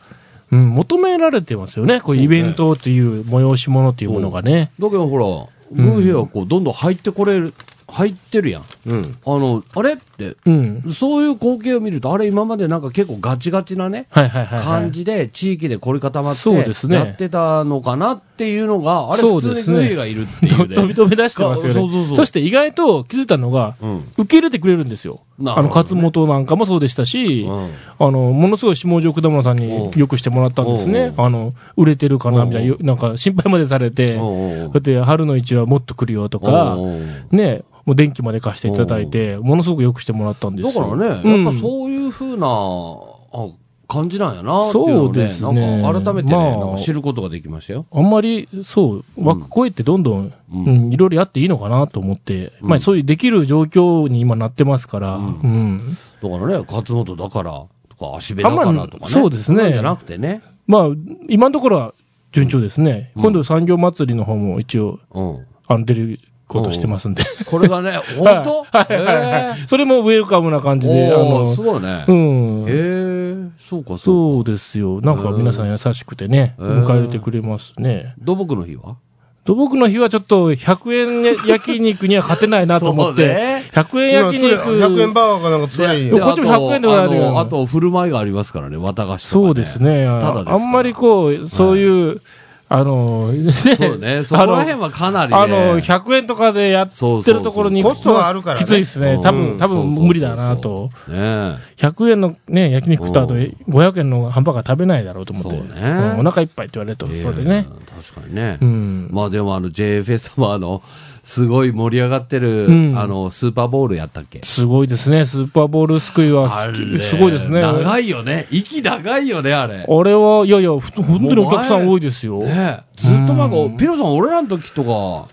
[SPEAKER 1] うん、求められてますよね。こういうイベントという催し物というものがね。
[SPEAKER 2] だけどほら、グーフィーはこう、どんどん入ってこれる、入ってるやん。
[SPEAKER 3] うん。
[SPEAKER 2] あの、あれって、
[SPEAKER 1] うん。
[SPEAKER 2] そういう光景を見ると、あれ今までなんか結構ガチガチなね、
[SPEAKER 1] はいはいはい、はい。
[SPEAKER 2] 感じで、地域で凝り固まって、
[SPEAKER 1] そうですね
[SPEAKER 2] やってたのかなっていうのが、あれ普
[SPEAKER 1] そう
[SPEAKER 2] 通
[SPEAKER 1] で
[SPEAKER 2] に
[SPEAKER 1] す
[SPEAKER 2] グ
[SPEAKER 1] ね
[SPEAKER 2] ーフィーがいるっていう
[SPEAKER 1] と飛び
[SPEAKER 2] ね。
[SPEAKER 1] 飛び出してます
[SPEAKER 2] か
[SPEAKER 1] よね。
[SPEAKER 2] そ
[SPEAKER 1] そう
[SPEAKER 2] そうそう
[SPEAKER 1] して意外と気づいたのが、
[SPEAKER 2] うん
[SPEAKER 1] 受け入れてくれるんですよ。
[SPEAKER 2] な
[SPEAKER 1] あ
[SPEAKER 2] る
[SPEAKER 1] の、
[SPEAKER 2] ほど
[SPEAKER 1] 勝
[SPEAKER 2] ね
[SPEAKER 1] 本なんかもそうでしたし、
[SPEAKER 2] うん
[SPEAKER 1] あの、ものすごい下条果物さんによくしてもらったんですね。
[SPEAKER 2] お
[SPEAKER 1] あの、売れてるかな、みたいな
[SPEAKER 2] お、
[SPEAKER 1] なんか心配までされて、
[SPEAKER 2] おうおうお
[SPEAKER 1] だ
[SPEAKER 2] う
[SPEAKER 1] って春の市はもっと来るよとか、
[SPEAKER 2] おうおう
[SPEAKER 1] ね、もう電気まで貸していただいて、ものすごくよくしてもらったんで
[SPEAKER 2] だ
[SPEAKER 1] すよ。
[SPEAKER 2] からね、
[SPEAKER 1] うん
[SPEAKER 2] やっぱそういうふうな、あ感じなんやなっていうの
[SPEAKER 1] そ
[SPEAKER 2] を
[SPEAKER 1] う
[SPEAKER 2] ね、
[SPEAKER 1] ですね
[SPEAKER 2] なんか改めてね、
[SPEAKER 1] まあ
[SPEAKER 2] なんか知ることができましたよ。
[SPEAKER 1] あんまり、そう、枠超えてどんどん、うん、いろいろやっていいのかなと思って、まあそういうできる状況に今なってますから、うん。
[SPEAKER 2] だからね、勝本だから、とか、足部だから
[SPEAKER 1] あんま
[SPEAKER 2] とかね。
[SPEAKER 1] そうですね
[SPEAKER 2] なんじゃなくてね。
[SPEAKER 1] まあ、今のところは順調ですね。今度産業祭りの方も一応、
[SPEAKER 2] うん。
[SPEAKER 1] あの、出ることしてますんで。
[SPEAKER 2] これが ね、本当
[SPEAKER 1] はいはいはい。 それもウェルカムな感じで、あ
[SPEAKER 2] おー
[SPEAKER 1] の
[SPEAKER 2] す、ごいね。
[SPEAKER 1] う
[SPEAKER 2] へ
[SPEAKER 1] ん。
[SPEAKER 2] え、そうか、そうか。
[SPEAKER 1] そうですよ。なんか皆さん優しくてね、
[SPEAKER 2] へー
[SPEAKER 1] 迎え入れてくれますね。
[SPEAKER 2] 土木の日は
[SPEAKER 1] 土木の日はちょっと100円焼肉には勝てないなと思っ
[SPEAKER 2] そう
[SPEAKER 1] て
[SPEAKER 2] ね、
[SPEAKER 1] 100円
[SPEAKER 3] 今、
[SPEAKER 1] 焼肉。
[SPEAKER 3] 100円バーガーかなんか作れん
[SPEAKER 1] で
[SPEAKER 3] よ。
[SPEAKER 1] こっちも
[SPEAKER 2] あと
[SPEAKER 1] 100円でもらえるよ
[SPEAKER 2] あのあと、振る舞いがありますからね、綿菓子とか、
[SPEAKER 1] そうです。ね。
[SPEAKER 2] だですから
[SPEAKER 1] あんまりこう、そういう、あの、ね
[SPEAKER 2] そう ね。そこら辺はかなりね。
[SPEAKER 1] あの、100円とかでやっ
[SPEAKER 2] そうそ
[SPEAKER 1] て
[SPEAKER 2] うそ
[SPEAKER 1] る
[SPEAKER 2] う
[SPEAKER 1] ところに
[SPEAKER 3] コストがあるからね
[SPEAKER 1] きついですね。多分、多分無理だなと。。
[SPEAKER 2] ね
[SPEAKER 1] 100円のね、焼肉食った後、
[SPEAKER 2] うん
[SPEAKER 1] 500円のハンバーガー食べないだろうと思って。
[SPEAKER 2] そうね
[SPEAKER 1] んお腹いっぱいって言われると、
[SPEAKER 2] え。
[SPEAKER 1] そうでね。
[SPEAKER 2] えー。確かにね。
[SPEAKER 1] ん
[SPEAKER 2] まあでも、あの、J フェスもあの、すごい盛り上がってる、
[SPEAKER 1] うん
[SPEAKER 2] あの、スーパーボールやったっけ
[SPEAKER 1] すごいですね。スーパーボールすくい
[SPEAKER 2] あ
[SPEAKER 1] は
[SPEAKER 2] れ、
[SPEAKER 1] すごいですね。
[SPEAKER 2] 長いよね。息長いよね、あれ。
[SPEAKER 1] 俺は、いやいや、ふ本当にお客さん多いですよ。
[SPEAKER 2] ねえずっとなんか、ピロさん、俺らの時とか、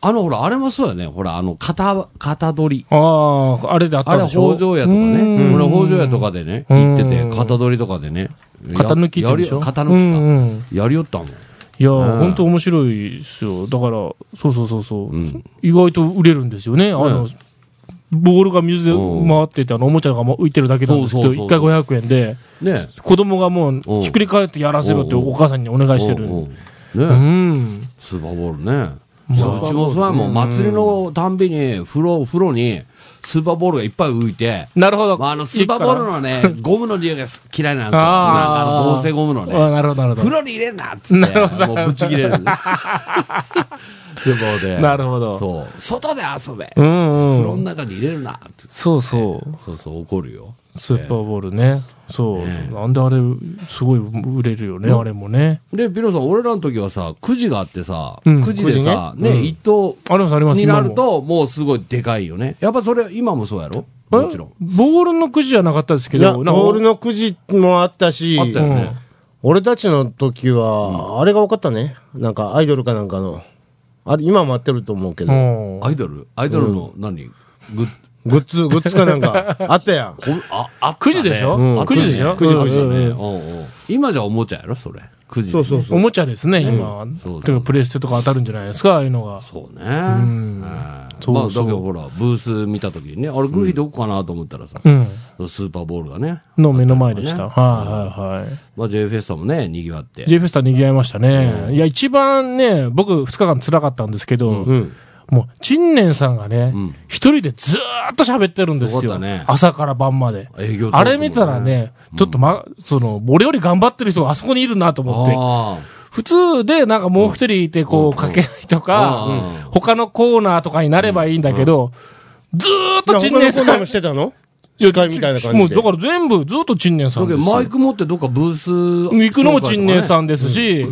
[SPEAKER 2] あの、ほら、あれもそうよね。ほら、あの、肩、肩取り。
[SPEAKER 1] ああ、あれであっ
[SPEAKER 2] あ
[SPEAKER 1] た
[SPEAKER 2] れ、
[SPEAKER 1] でしょ
[SPEAKER 2] 北条屋とか
[SPEAKER 1] う
[SPEAKER 2] ね。
[SPEAKER 1] ん
[SPEAKER 2] 俺、北条屋とかでね、行ってて、肩取りとかでね。
[SPEAKER 1] 肩抜きって言うんでしょ
[SPEAKER 2] やり肩
[SPEAKER 1] うん
[SPEAKER 2] 抜
[SPEAKER 1] うん
[SPEAKER 2] きか。やりよったもん。
[SPEAKER 1] いや
[SPEAKER 2] うん
[SPEAKER 1] ー、本当面白いですよ。だから、そうそうそうそう、
[SPEAKER 2] ん
[SPEAKER 1] 意外と売れるんですよね。あの、ボールが水で回ってて、あの、おもちゃがもう浮いてるだけなんです
[SPEAKER 2] そ
[SPEAKER 1] け
[SPEAKER 2] う
[SPEAKER 1] ど、
[SPEAKER 2] そうそう
[SPEAKER 1] 一回500円で、
[SPEAKER 2] ね
[SPEAKER 1] 子供がも
[SPEAKER 2] おう
[SPEAKER 1] うひっくり返ってやらせるって
[SPEAKER 2] おうおう
[SPEAKER 1] お母さんにお願
[SPEAKER 2] え。
[SPEAKER 1] いしてる。
[SPEAKER 2] おう
[SPEAKER 1] う
[SPEAKER 2] おうねえ
[SPEAKER 1] ん。
[SPEAKER 2] スーパーボールね。そううちもそうやもん、祭りのたんびに、風呂、風呂に、スーパーボールがいっぱい浮いて、
[SPEAKER 1] なるほど。
[SPEAKER 2] まあ、あのスーパーボールの ね、ゴムの理由が嫌いなんですよ。なんかあの合成ゴムのね。
[SPEAKER 1] あなるほど、なるほ
[SPEAKER 2] 風
[SPEAKER 1] ど。
[SPEAKER 2] 呂に入れんなっつって、もうぶち切 れる。でもね、
[SPEAKER 1] なるほど
[SPEAKER 2] そう。外で遊べ。
[SPEAKER 1] う
[SPEAKER 2] 風呂
[SPEAKER 1] んう
[SPEAKER 2] の
[SPEAKER 1] ん。
[SPEAKER 2] 中に入れるなって。
[SPEAKER 1] そうそう。
[SPEAKER 2] そうそう、怒るよ。
[SPEAKER 1] スーパーボールね。そう。なんであれ、すごい売れるよね、あれもね。
[SPEAKER 2] で、ピロさん、俺らの時はさ、くじがあってさ、
[SPEAKER 1] うん
[SPEAKER 2] くじでさ、
[SPEAKER 1] くじね
[SPEAKER 2] ね、
[SPEAKER 1] うん
[SPEAKER 2] 一等
[SPEAKER 1] あります、あります。
[SPEAKER 2] になる
[SPEAKER 1] 今も、
[SPEAKER 2] と、もうすごいでかいよね。やっぱそれ、今もそうやろもちろん
[SPEAKER 1] え。ボールのくじじゃなかったですけ
[SPEAKER 3] いや、
[SPEAKER 1] ど、なんか
[SPEAKER 3] ボールのくじもあったし、
[SPEAKER 2] あったよね。
[SPEAKER 3] 俺たちの時は、あれが分かったね。なんかアイドルかなんかの。あれ、今もやってると思うけ
[SPEAKER 1] う
[SPEAKER 3] ど。
[SPEAKER 1] ん。
[SPEAKER 2] アイドルアイドルの何、グッ
[SPEAKER 3] グッズ、グッズかなんか、あったやん。
[SPEAKER 2] ほんあ、あったね
[SPEAKER 1] くじでしょ
[SPEAKER 3] う
[SPEAKER 2] あっ
[SPEAKER 3] ん
[SPEAKER 2] た
[SPEAKER 1] くじでしょ
[SPEAKER 2] くじ、くじだ
[SPEAKER 1] うん
[SPEAKER 2] ね
[SPEAKER 1] うん
[SPEAKER 2] うんうん今じゃおもちゃやろそれ。くじ。
[SPEAKER 3] そうそうそう。
[SPEAKER 1] おもちゃですね、今。
[SPEAKER 2] そうそう
[SPEAKER 1] てか、プレステとか当たるんじゃないですか、ああいうのが。
[SPEAKER 2] そうね。
[SPEAKER 1] ん
[SPEAKER 2] ええ
[SPEAKER 1] そう
[SPEAKER 2] まあ、だけ
[SPEAKER 1] そう
[SPEAKER 2] どほら、ブース見たときにね、あれ、グリどこかなと思ったらさ、
[SPEAKER 1] うん。
[SPEAKER 2] スーパーボールがね、
[SPEAKER 1] の目の前でした。
[SPEAKER 2] あっ
[SPEAKER 1] はいはいはい。
[SPEAKER 2] まあ、J フェスタもね、賑わって。
[SPEAKER 1] J フェスタ賑わいましたね。いや、一番ね、僕2日間辛かったんですけど、
[SPEAKER 3] うん。
[SPEAKER 1] もう、陳年さんがね
[SPEAKER 2] うん、
[SPEAKER 1] 一、人でずーっと喋ってるんです
[SPEAKER 2] よ
[SPEAKER 1] よ。
[SPEAKER 2] かったね
[SPEAKER 1] 朝から晩まで。
[SPEAKER 2] 営業トークもね
[SPEAKER 1] あれ見たらね、ちょっとま、その、俺より頑張ってる人があそこにいるなと思って。
[SPEAKER 2] あ
[SPEAKER 1] 普通で、なんかもう一人いて、
[SPEAKER 2] うん
[SPEAKER 1] こう、かけないとか、
[SPEAKER 2] うん
[SPEAKER 1] うん他のコーナーとかになればいいんだけど、ずーっ
[SPEAKER 3] 他
[SPEAKER 1] と
[SPEAKER 3] の
[SPEAKER 1] 陳
[SPEAKER 3] コ
[SPEAKER 1] 年
[SPEAKER 3] ー
[SPEAKER 1] さ
[SPEAKER 3] ナー
[SPEAKER 1] ん
[SPEAKER 3] もし。てたの司会みたいな感
[SPEAKER 1] もう、
[SPEAKER 3] じで。
[SPEAKER 1] だから全部、ずーっと陳年さ
[SPEAKER 2] あ。だ
[SPEAKER 1] ん
[SPEAKER 2] け
[SPEAKER 1] です
[SPEAKER 2] ど、
[SPEAKER 1] よ。
[SPEAKER 2] マイク持ってどっかブース、
[SPEAKER 1] 行くのも陳年さ
[SPEAKER 2] ん。
[SPEAKER 1] んですし、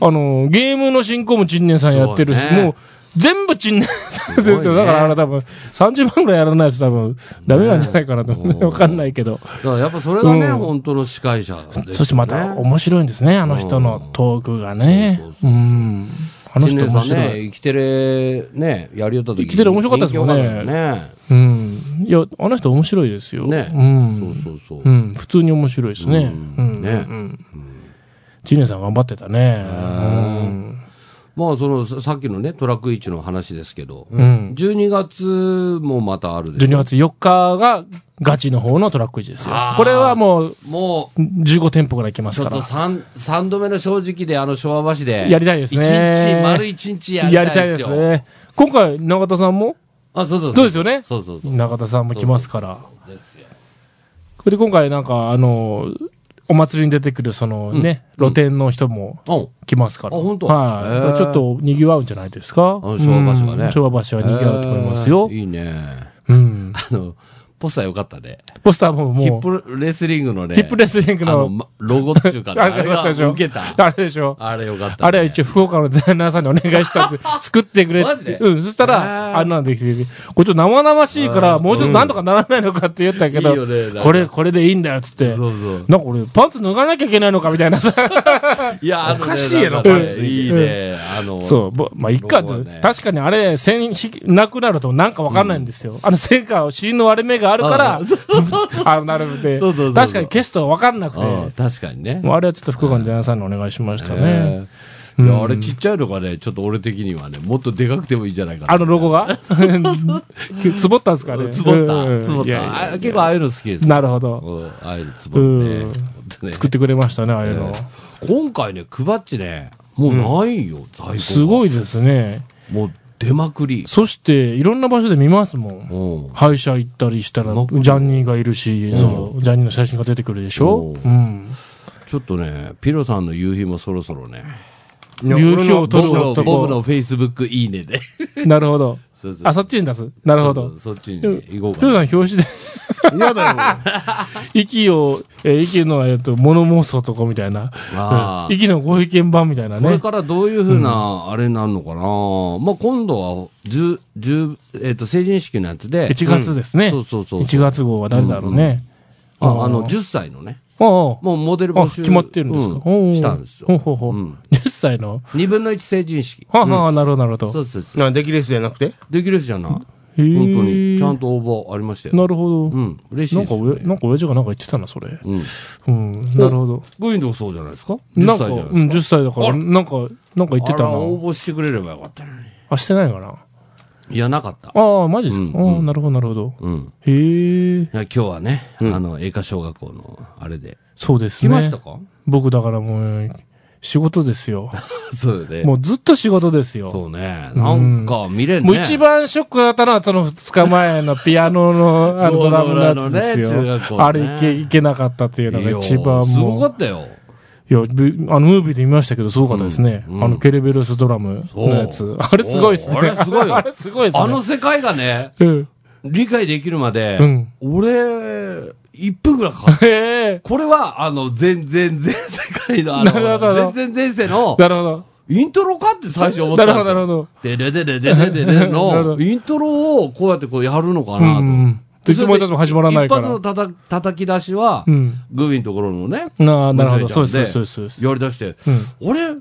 [SPEAKER 1] あの、ゲームの進行も陳年さんやってるし、
[SPEAKER 2] そうね
[SPEAKER 1] もう、全部陳年さんです
[SPEAKER 2] すご
[SPEAKER 1] よ。
[SPEAKER 2] いね
[SPEAKER 1] だからあれ多分、30万ぐらいやらないと多分、ダメなんじゃないかなと思う
[SPEAKER 2] ね
[SPEAKER 1] ね。わかんないけど。
[SPEAKER 2] だからやっぱそれがね、
[SPEAKER 1] うん
[SPEAKER 2] 本当の司会者ですよね
[SPEAKER 1] そしてまた、面白いんですね。あの人のトークがね
[SPEAKER 2] そうそう。
[SPEAKER 1] うん。あの
[SPEAKER 2] 陳
[SPEAKER 1] 人
[SPEAKER 2] 年さん
[SPEAKER 1] 面白
[SPEAKER 2] ね、
[SPEAKER 1] い。
[SPEAKER 2] 生きてれ、ね、やりよった時
[SPEAKER 1] 生きてれ面白かったですもんね
[SPEAKER 2] 人気よかったよね。
[SPEAKER 1] うん。いや、あの人面白いですよ。
[SPEAKER 2] ね
[SPEAKER 1] うん。
[SPEAKER 2] そうそうそう。
[SPEAKER 1] うん。普通に面白いですね。
[SPEAKER 2] う
[SPEAKER 1] うんん。
[SPEAKER 2] ね
[SPEAKER 1] うん。陳年さん頑張ってたね。うん。
[SPEAKER 2] まあ、その、ささっきのね、トラック市の話ですけど、
[SPEAKER 1] うん。
[SPEAKER 2] 12月もまたあるでしょ
[SPEAKER 1] 12月4日がガチの方のトラック1ですよ
[SPEAKER 2] あー。
[SPEAKER 1] これはもう
[SPEAKER 2] もう、
[SPEAKER 1] 15店舗ぐらい行きま
[SPEAKER 2] ち
[SPEAKER 1] す
[SPEAKER 2] ょ
[SPEAKER 1] か
[SPEAKER 2] っと
[SPEAKER 1] ら。
[SPEAKER 2] 三三度目の正直で、あの昭和橋で。
[SPEAKER 1] やりたいですね
[SPEAKER 2] 一日、丸一日やりたいですよ。
[SPEAKER 1] ね。今回、永田さんも
[SPEAKER 2] あ、そうそう
[SPEAKER 1] そうですよね
[SPEAKER 2] そうそうそう。
[SPEAKER 1] 永田さんも来ますから。
[SPEAKER 2] ですよ
[SPEAKER 1] で、今回なんか、あの、お祭りに出てくるそのね、露店の人も
[SPEAKER 2] うん。
[SPEAKER 1] 来ますから。
[SPEAKER 2] あ本当
[SPEAKER 1] はい。
[SPEAKER 2] へー
[SPEAKER 1] だからちょっと賑わうんじゃないですか。
[SPEAKER 2] あの昭和橋はね
[SPEAKER 1] うん昭和橋は賑わうと思いますよ
[SPEAKER 2] えー。いいね。
[SPEAKER 1] うん。
[SPEAKER 2] あの、ポスターよかったね。
[SPEAKER 1] ポスターも
[SPEAKER 2] ヒ
[SPEAKER 1] も
[SPEAKER 2] ッ
[SPEAKER 1] う、
[SPEAKER 2] プレスリングのね。
[SPEAKER 1] ヒップレスリング
[SPEAKER 2] あの、
[SPEAKER 1] の、
[SPEAKER 2] まロゴっていうかね、あ
[SPEAKER 1] あ
[SPEAKER 2] れ
[SPEAKER 1] りまし
[SPEAKER 2] が
[SPEAKER 1] たでしょ
[SPEAKER 2] 受けた。
[SPEAKER 1] あれでしょ。
[SPEAKER 2] あれよかったね。
[SPEAKER 1] あれは一応福岡のデザイナーさんにお願いしたんで、作ってくれ
[SPEAKER 2] マ
[SPEAKER 1] っ
[SPEAKER 2] ジで
[SPEAKER 1] て。うん、そした
[SPEAKER 2] へ
[SPEAKER 1] ら、
[SPEAKER 2] ー
[SPEAKER 1] あんなんできてる。これちょっと生々しいから、もうちょっとなんとかならないのかって言ったけ
[SPEAKER 2] いいよ
[SPEAKER 1] ど
[SPEAKER 2] ねなんか、
[SPEAKER 1] これ、これでいいんだよ、つって。
[SPEAKER 2] そうそう。
[SPEAKER 1] なんか俺、パンツ脱がなきゃいけないのかみたいなさ。
[SPEAKER 2] いや、あのね
[SPEAKER 3] おかしいやろ
[SPEAKER 2] なんかね
[SPEAKER 1] これ
[SPEAKER 2] いいね。あの、
[SPEAKER 1] そう、ぼまあ、一か
[SPEAKER 2] ロゴはね
[SPEAKER 1] 確かにあれ、線ひなくなるとなんかわかんないんですよ。あの線が、尻の割れ目があるから、 あの、なるので
[SPEAKER 2] そうそうそうそう、
[SPEAKER 1] 確かに消すとわかんなくて、
[SPEAKER 2] うん。
[SPEAKER 1] も
[SPEAKER 2] 確かにね。
[SPEAKER 1] うあれはちょっと福岡のデザイナーさんにお願いしましたね。
[SPEAKER 2] ねいや、あれちっちゃいのがね、ちょっと俺的にはね、もっとでかくてもいいんじゃないかな。
[SPEAKER 1] あのロ ゴがつぼったんですか
[SPEAKER 2] うん
[SPEAKER 1] ね。
[SPEAKER 2] つぼっ
[SPEAKER 1] うん
[SPEAKER 2] た。つぼっ
[SPEAKER 1] いやいや
[SPEAKER 2] た。あ結構ああいうの好きです。
[SPEAKER 1] なるほど。
[SPEAKER 2] うんああいうのつぼる
[SPEAKER 1] うん
[SPEAKER 2] ね。ほんとね
[SPEAKER 1] 作ってくれましたね、ああいうの。
[SPEAKER 2] 今回ね、クバッチね、もうないよ、在庫が。
[SPEAKER 1] すごいですね。
[SPEAKER 2] もう出まくり。
[SPEAKER 1] そして、いろんな場所で見ますも
[SPEAKER 2] う
[SPEAKER 1] ん。
[SPEAKER 2] ん。
[SPEAKER 1] 歯医者行ったりしたら、ジ
[SPEAKER 2] なんか
[SPEAKER 1] ャンニーがいるし、そのジャンニーの写真が出てくるでしょ
[SPEAKER 2] おー
[SPEAKER 1] うん。
[SPEAKER 2] ちょっとね、ピロさんの夕日もそろそろね、
[SPEAKER 3] いや
[SPEAKER 1] 流
[SPEAKER 3] 俺
[SPEAKER 1] 氷
[SPEAKER 3] の
[SPEAKER 1] を
[SPEAKER 2] 僕
[SPEAKER 1] 取る
[SPEAKER 2] の
[SPEAKER 1] 男。
[SPEAKER 2] 僕のフェイスブックいいねで。
[SPEAKER 1] なるほど。
[SPEAKER 2] そうそう
[SPEAKER 1] あ、そっちに出す。なるほ
[SPEAKER 2] そう
[SPEAKER 1] ど
[SPEAKER 2] そう。そっちに
[SPEAKER 1] ひょう
[SPEAKER 2] ね行こうか
[SPEAKER 1] さん
[SPEAKER 2] な。
[SPEAKER 1] 表紙で
[SPEAKER 3] 嫌だ
[SPEAKER 1] 息を、えー息の、えっと、物妄想とかみたいな。
[SPEAKER 2] あ
[SPEAKER 1] うん
[SPEAKER 2] ー
[SPEAKER 1] 息のご意見版みたいな
[SPEAKER 2] これ
[SPEAKER 1] ね。
[SPEAKER 2] からどういうふうな、あれになるのかな、まあ、今度は、十、十、えっ、と、成人式のやつで、
[SPEAKER 1] 1月ですね。
[SPEAKER 2] そうそうそう。
[SPEAKER 1] 1月号は誰だろうね。
[SPEAKER 2] ああの、10歳のね、
[SPEAKER 1] おうおう
[SPEAKER 2] もうモデル募
[SPEAKER 1] あ、
[SPEAKER 2] 集
[SPEAKER 1] 決まってるんですか。
[SPEAKER 2] う
[SPEAKER 1] おうおう
[SPEAKER 2] したんです
[SPEAKER 1] ほう
[SPEAKER 2] よ。
[SPEAKER 1] ほうほう
[SPEAKER 2] うん
[SPEAKER 1] 10歳の。
[SPEAKER 2] 2分の1成人式。
[SPEAKER 1] はあはあ、なるほど、なるほど。
[SPEAKER 2] そうそうそう。
[SPEAKER 3] な。な、できレースじゃなくて
[SPEAKER 2] できる人じゃない。
[SPEAKER 1] へえ
[SPEAKER 2] 本当に。ちゃんと応募ありましたよ。
[SPEAKER 1] なるほど。
[SPEAKER 2] うん。嬉しいで
[SPEAKER 1] なん
[SPEAKER 2] す
[SPEAKER 1] か
[SPEAKER 2] よ、
[SPEAKER 1] おや、
[SPEAKER 2] ね。
[SPEAKER 1] なんか親父がなんか言ってたな、それ。
[SPEAKER 2] うん。
[SPEAKER 1] うん、なるほど。
[SPEAKER 2] グインドそうじゃないですか ?10
[SPEAKER 1] な
[SPEAKER 2] 歳じ
[SPEAKER 1] んか、
[SPEAKER 2] ゃ
[SPEAKER 1] う
[SPEAKER 2] ないですか。
[SPEAKER 1] ん、10歳だか
[SPEAKER 2] あ
[SPEAKER 1] ら、
[SPEAKER 2] ら
[SPEAKER 1] なんか、なんか言ってた
[SPEAKER 2] あ
[SPEAKER 1] な
[SPEAKER 2] ら。応募してくれればよかったのに。
[SPEAKER 1] あ、してないかない
[SPEAKER 2] や、なかった。
[SPEAKER 1] ああ、マジですか。
[SPEAKER 2] う
[SPEAKER 1] あ
[SPEAKER 2] ん
[SPEAKER 1] あ、なるほど、なるほど。
[SPEAKER 2] うん。
[SPEAKER 1] へえ、
[SPEAKER 2] いや今日はね、あの、英華小学校の、あれで。
[SPEAKER 1] そうです
[SPEAKER 2] 来
[SPEAKER 1] ね。
[SPEAKER 2] ましたか
[SPEAKER 1] 僕だからもう、仕事ですよ。
[SPEAKER 2] そうよね。
[SPEAKER 1] もうずっと仕事ですよ。
[SPEAKER 2] そうね。なんか見れんね。
[SPEAKER 1] もう一番ショックだったのは、その2日前のピアノ のあのドラムのやつです
[SPEAKER 2] ドラムのね中
[SPEAKER 1] よ
[SPEAKER 2] 学。校ね
[SPEAKER 1] あれいけ、いけなかったっていうのが一番
[SPEAKER 2] いやすご
[SPEAKER 1] も
[SPEAKER 2] か
[SPEAKER 1] う。
[SPEAKER 2] ったよ。
[SPEAKER 1] いや、ぶあの、ムービーで見ましたけど、すごかったですね。
[SPEAKER 2] うんうん
[SPEAKER 1] あの、ケルベロスドラムのや
[SPEAKER 2] そう
[SPEAKER 1] つ。あれすごいっすね。
[SPEAKER 2] おあれすごいよ
[SPEAKER 1] あれすごいっすね。
[SPEAKER 2] あの世界がね、
[SPEAKER 1] うん。
[SPEAKER 2] 理解できるまで、
[SPEAKER 1] うん
[SPEAKER 2] 俺、一分ぐらいかかる。
[SPEAKER 1] へえ。
[SPEAKER 2] これは、あの、全然、全世界の、あ
[SPEAKER 1] なるほど
[SPEAKER 2] の、全然前世の、
[SPEAKER 1] なるほど。
[SPEAKER 2] イントロかって最初思っ
[SPEAKER 1] な
[SPEAKER 2] たん
[SPEAKER 1] る
[SPEAKER 2] です
[SPEAKER 1] ほ
[SPEAKER 2] よ。
[SPEAKER 1] ど、なるほど。
[SPEAKER 2] でででででででで
[SPEAKER 1] なるほ
[SPEAKER 2] の、
[SPEAKER 1] ど
[SPEAKER 2] イントロをこうやってこうやるのか
[SPEAKER 1] うん
[SPEAKER 2] なと。
[SPEAKER 1] うん。いつもいたも始まらないか
[SPEAKER 2] 一発の
[SPEAKER 1] ら。
[SPEAKER 2] たた叩き出しは、
[SPEAKER 1] うん。
[SPEAKER 2] グービーのところのね、
[SPEAKER 1] なあ、なるほど。そうです、
[SPEAKER 2] 娘ちゃんで
[SPEAKER 1] そうです、そうです。
[SPEAKER 2] やり出して、
[SPEAKER 1] う
[SPEAKER 2] あれ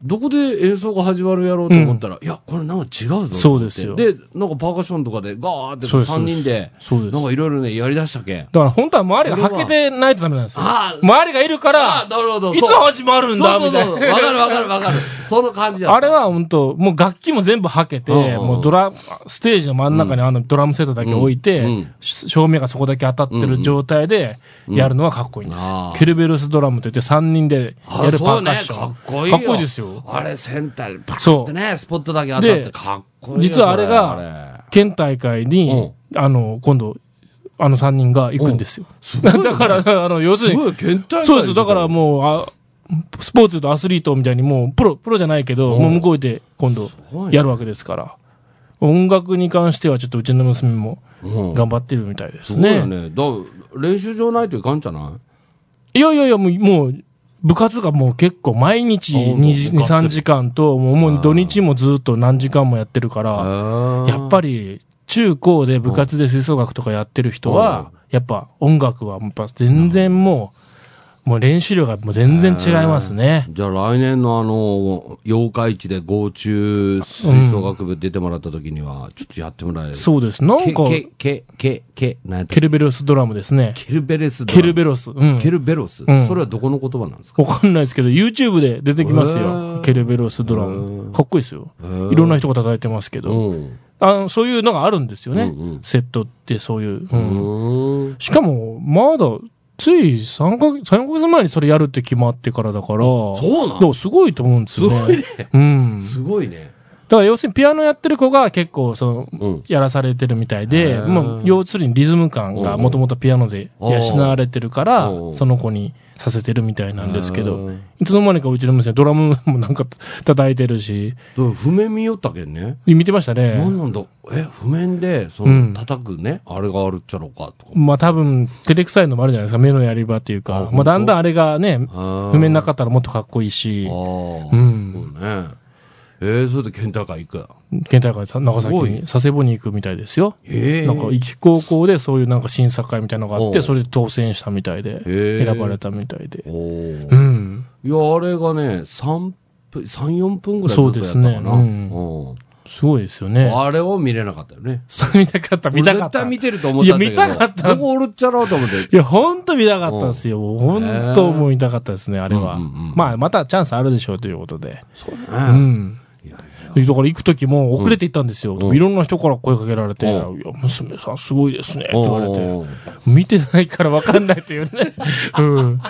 [SPEAKER 2] どこで演奏が始まるやろうと思ったら、いや、これなんか違うぞ。
[SPEAKER 1] そうですよ
[SPEAKER 2] で、なんかパーカッションとかでガーって
[SPEAKER 1] そうです
[SPEAKER 2] 3人で、
[SPEAKER 1] そうです
[SPEAKER 2] なんかいろいろね、やり出したけん。
[SPEAKER 1] だから本当は周りがはけてないとダメなんですよ。
[SPEAKER 2] あー
[SPEAKER 1] 周りがいるか
[SPEAKER 2] あ
[SPEAKER 1] ら
[SPEAKER 2] ー、なるほど。
[SPEAKER 1] いつ始まるんだ
[SPEAKER 2] そうそう
[SPEAKER 1] みた
[SPEAKER 2] そう
[SPEAKER 1] い
[SPEAKER 2] そう。わ
[SPEAKER 1] な。
[SPEAKER 2] かるわかるわかる。その感じだった。
[SPEAKER 1] あれは本当もう楽器も全部はけて、
[SPEAKER 2] うんうんうん
[SPEAKER 1] もうドラ、ステージの真ん中にあのドラムセットだけ置いて、
[SPEAKER 2] うんうん
[SPEAKER 1] し照明がそこだけ当たってる状態でやるのはかっこいいんですよ。
[SPEAKER 2] あー
[SPEAKER 1] ケルベロスドラムといって3人で
[SPEAKER 2] あ
[SPEAKER 1] やるパ
[SPEAKER 2] そう
[SPEAKER 1] ーカッ
[SPEAKER 2] ね、
[SPEAKER 1] ション。
[SPEAKER 2] かっこいいよ。
[SPEAKER 1] かっこいいですよ。
[SPEAKER 2] あれ、センターでパッ
[SPEAKER 1] そ
[SPEAKER 2] て
[SPEAKER 1] う。
[SPEAKER 2] ね、スポットだけ当たって、
[SPEAKER 1] で
[SPEAKER 2] かっこいいよ。
[SPEAKER 1] 実はあれが
[SPEAKER 2] そあ
[SPEAKER 1] 県大会に、あの、今度、あの3人が行くんですよ。 だから、あの、要す
[SPEAKER 2] れす
[SPEAKER 1] るに、
[SPEAKER 2] ごい、県大会
[SPEAKER 1] そうです。だからもう、あスポーツとアスリートみたいにもう、プロ、プロじゃないけど、
[SPEAKER 2] うん
[SPEAKER 1] もう向こうで今度
[SPEAKER 2] ごいね
[SPEAKER 1] やるわけですから。音楽に関してはちょっとうちの娘も
[SPEAKER 2] うん、
[SPEAKER 1] 頑張ってるみたいです
[SPEAKER 2] すごいよ
[SPEAKER 1] ね。
[SPEAKER 2] ね。だ練習場ないといかんじゃない
[SPEAKER 1] いやいやいや、もう、もう、部活がもう結構毎日
[SPEAKER 2] あもう
[SPEAKER 1] 2時、
[SPEAKER 2] 部
[SPEAKER 1] 2、
[SPEAKER 2] 活
[SPEAKER 1] 3時間と、もうもう土日もずっと何時間もやってるから、やっぱ
[SPEAKER 2] り、
[SPEAKER 1] り中高で部活で吹奏楽とかやってる人は、やっぱ音楽はやっぱ全然もう、もう練習量がもう全然違いますね。
[SPEAKER 2] じゃあ来年のあの、八日市で合中吹奏楽部出てもらった時には、ちょっとやってもらえる。
[SPEAKER 1] そうです。なんか、
[SPEAKER 2] け、け、け、け、け、なんやった
[SPEAKER 1] ケルベロスドラムですね。
[SPEAKER 2] ケルベレスだ
[SPEAKER 1] ケルベロス。うん。
[SPEAKER 2] ケルベロス、
[SPEAKER 1] ん
[SPEAKER 2] それはどこの言葉なんですか
[SPEAKER 1] わかんないですけど、YouTube で出てきます
[SPEAKER 2] へー。
[SPEAKER 1] よケルベロスドラム。かっこいいですよ。
[SPEAKER 2] ー
[SPEAKER 1] いろんな人が叩いてますけど。
[SPEAKER 2] ん。
[SPEAKER 1] あのそういうのがあるんですよね
[SPEAKER 2] うんうん。
[SPEAKER 1] セットってそういう。うん
[SPEAKER 2] うん。
[SPEAKER 1] しかも、まだ、つい3ヶ月、3ヶ月前にそれやるって決まってからだから、
[SPEAKER 2] そうな
[SPEAKER 1] で
[SPEAKER 2] の
[SPEAKER 1] もすごいと思うんで
[SPEAKER 2] す
[SPEAKER 1] すよね。
[SPEAKER 2] ごいね。
[SPEAKER 1] うん。
[SPEAKER 2] すごいね。
[SPEAKER 1] だから要するにピアノやってる子が結構その、
[SPEAKER 2] うん
[SPEAKER 1] やらされてるみたい
[SPEAKER 2] へ
[SPEAKER 1] で、
[SPEAKER 2] ー
[SPEAKER 1] もう要するにリズム感がもともとピアノで
[SPEAKER 2] うん
[SPEAKER 1] 養われてるから
[SPEAKER 2] うん、
[SPEAKER 1] その子にさせてるみたいなんですけ
[SPEAKER 2] う
[SPEAKER 1] ど
[SPEAKER 2] ん、
[SPEAKER 1] いつの間にかうちの娘ドラムもなんか叩いてるし、
[SPEAKER 2] だから譜面見よったけんね。
[SPEAKER 1] 見てました
[SPEAKER 2] なん
[SPEAKER 1] ね。
[SPEAKER 2] なんだえ、譜面で、そうの、
[SPEAKER 1] ん
[SPEAKER 2] 叩くね、あれがあるっちゃろうか、とか。
[SPEAKER 1] まあ多分、照れくさいのもあるじゃないですか、目のやり場っていう
[SPEAKER 2] あ
[SPEAKER 1] か。
[SPEAKER 2] ほ
[SPEAKER 1] ま
[SPEAKER 2] んと
[SPEAKER 1] あだんだんあれがね、
[SPEAKER 2] あー
[SPEAKER 1] 譜面なかったらもっとかっこいいし
[SPEAKER 2] ああ、、そう
[SPEAKER 1] うん
[SPEAKER 2] ね。えー、それで県大会行くやん。
[SPEAKER 1] 県大会さ長崎
[SPEAKER 2] すごい
[SPEAKER 1] に、佐世保に行くみたいですよ。
[SPEAKER 2] ええ
[SPEAKER 1] なんか、行き高校でそういうなんか審査会みたいなのがあっ
[SPEAKER 2] おう
[SPEAKER 1] て、それで当選したみたいで、
[SPEAKER 2] へえ
[SPEAKER 1] 選ばれたみたいで。
[SPEAKER 2] おー
[SPEAKER 1] うん。
[SPEAKER 2] いや、あれがね、3分、3、4分ぐらいずっとやったかな。
[SPEAKER 1] そうですねう
[SPEAKER 2] う
[SPEAKER 1] ん
[SPEAKER 2] ん
[SPEAKER 1] すごいですよね。
[SPEAKER 2] あれを見れなかったよね。
[SPEAKER 1] そう見たかった、見たかっ
[SPEAKER 2] 俺絶
[SPEAKER 1] た。
[SPEAKER 2] 対見
[SPEAKER 1] い
[SPEAKER 2] てると思ったんだけど。
[SPEAKER 1] いや見たかった
[SPEAKER 2] どこおるっちゃろうと思って。
[SPEAKER 1] や、ほんと見たかったんですよ。ほんともう見たかったですね、あれは
[SPEAKER 2] うんうんうん。
[SPEAKER 1] まあ、またチャンスあるでしょうということで。
[SPEAKER 2] そうね。
[SPEAKER 1] うん。
[SPEAKER 2] いやいや
[SPEAKER 1] だから行く時も遅れて行ったんですよ。
[SPEAKER 2] うん
[SPEAKER 1] いろんな人から声かけられて、いや
[SPEAKER 2] う、
[SPEAKER 1] 娘さんすごいですね、って言われて。
[SPEAKER 2] おー
[SPEAKER 1] 見てないから分かんない というね。うん。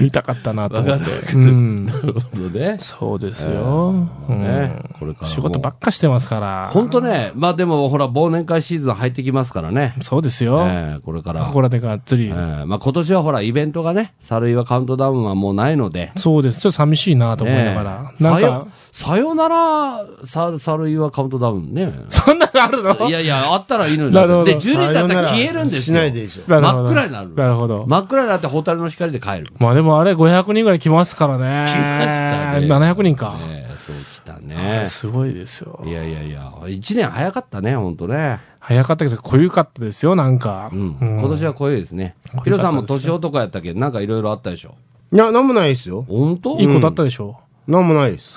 [SPEAKER 1] 見たかったなと思って。うん。
[SPEAKER 2] なるほどね。
[SPEAKER 1] そうですよ。
[SPEAKER 2] ね
[SPEAKER 1] うん
[SPEAKER 2] これからも
[SPEAKER 1] 仕事ばっかしてますから。
[SPEAKER 2] 本当ね、まあでもほら、忘年会シーズン入ってきますからね。
[SPEAKER 1] そうです
[SPEAKER 2] え
[SPEAKER 1] よ。
[SPEAKER 2] ーこれから。
[SPEAKER 1] ここらでがっつり
[SPEAKER 2] え。ーまあ今年はほら、イベントがね、猿岩カウントダウンはもうないので。
[SPEAKER 1] そうです。ちょっと寂しいなと思いながら
[SPEAKER 2] ね。え
[SPEAKER 1] なん
[SPEAKER 2] さよ
[SPEAKER 1] か、、
[SPEAKER 2] さよなら、さ猿岩カウントダウンね。
[SPEAKER 1] そんなのあるの
[SPEAKER 2] いやいや、あったらいいのに。
[SPEAKER 1] なるほど
[SPEAKER 2] で、12時だったら消えるんですよ。
[SPEAKER 3] しないでしょ。
[SPEAKER 1] なるほど
[SPEAKER 2] 真っ暗になる
[SPEAKER 1] なるほど。
[SPEAKER 2] 真っ暗になって蛍の光で帰る。
[SPEAKER 1] まあでもあれ500人ぐらい来ますからね。
[SPEAKER 2] 来ましたね。
[SPEAKER 1] 700人か。
[SPEAKER 2] ねえそう、来たね。
[SPEAKER 1] すごいですよ
[SPEAKER 2] い。やいやいや、一年早かったね、ほんとね。
[SPEAKER 1] 早かったけど、濃ゆかったですよ、なんか。
[SPEAKER 2] うん。今年は濃いですね。ヒロさんも年男やったけど、なんかいろいろあったでしょ。
[SPEAKER 3] いや、なんもないですよ。
[SPEAKER 2] ほんと
[SPEAKER 1] いい子だったでしょ
[SPEAKER 3] なんもないです。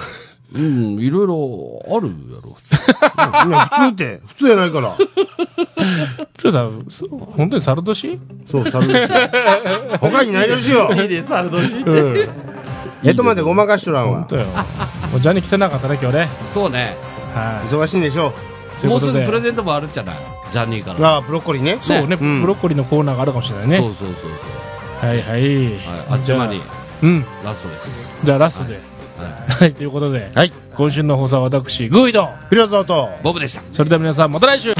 [SPEAKER 2] うん、いろいろあるやろ、普 通。
[SPEAKER 3] いや、普通って、普通やないから。
[SPEAKER 1] う。そうだ、そう本当に 猿年
[SPEAKER 3] そう、サルですよ。他にないですよ。
[SPEAKER 2] いいです、ある年。
[SPEAKER 1] うん。
[SPEAKER 3] えとまでごまかしとらん
[SPEAKER 1] 本
[SPEAKER 3] わ
[SPEAKER 1] 当。よ。もうジャニー来てなかったね、今日ね。
[SPEAKER 2] そうね。
[SPEAKER 1] はい。
[SPEAKER 3] 忙しいんでしょう。
[SPEAKER 1] という
[SPEAKER 2] も
[SPEAKER 1] こ
[SPEAKER 2] うす
[SPEAKER 1] と
[SPEAKER 2] ぐ
[SPEAKER 1] で
[SPEAKER 2] プレゼントもあるじゃない。ジャニーから。
[SPEAKER 3] ああ、ブロッコリーね。
[SPEAKER 1] そうね、
[SPEAKER 3] うん
[SPEAKER 1] ブロッコリーのコーナーがあるかもしれない
[SPEAKER 2] そ
[SPEAKER 1] ね。
[SPEAKER 2] うそうそうそう。
[SPEAKER 1] はいはい。
[SPEAKER 2] はい、あっちまに
[SPEAKER 1] じゃあうん。
[SPEAKER 2] ラストです。
[SPEAKER 1] じゃあラストで。
[SPEAKER 2] は
[SPEAKER 1] はい、ということで、
[SPEAKER 3] はい。
[SPEAKER 1] 今週の放送は私、グイド。
[SPEAKER 3] ピラザーと。
[SPEAKER 2] ボブでした。
[SPEAKER 1] それでは皆さん、また来週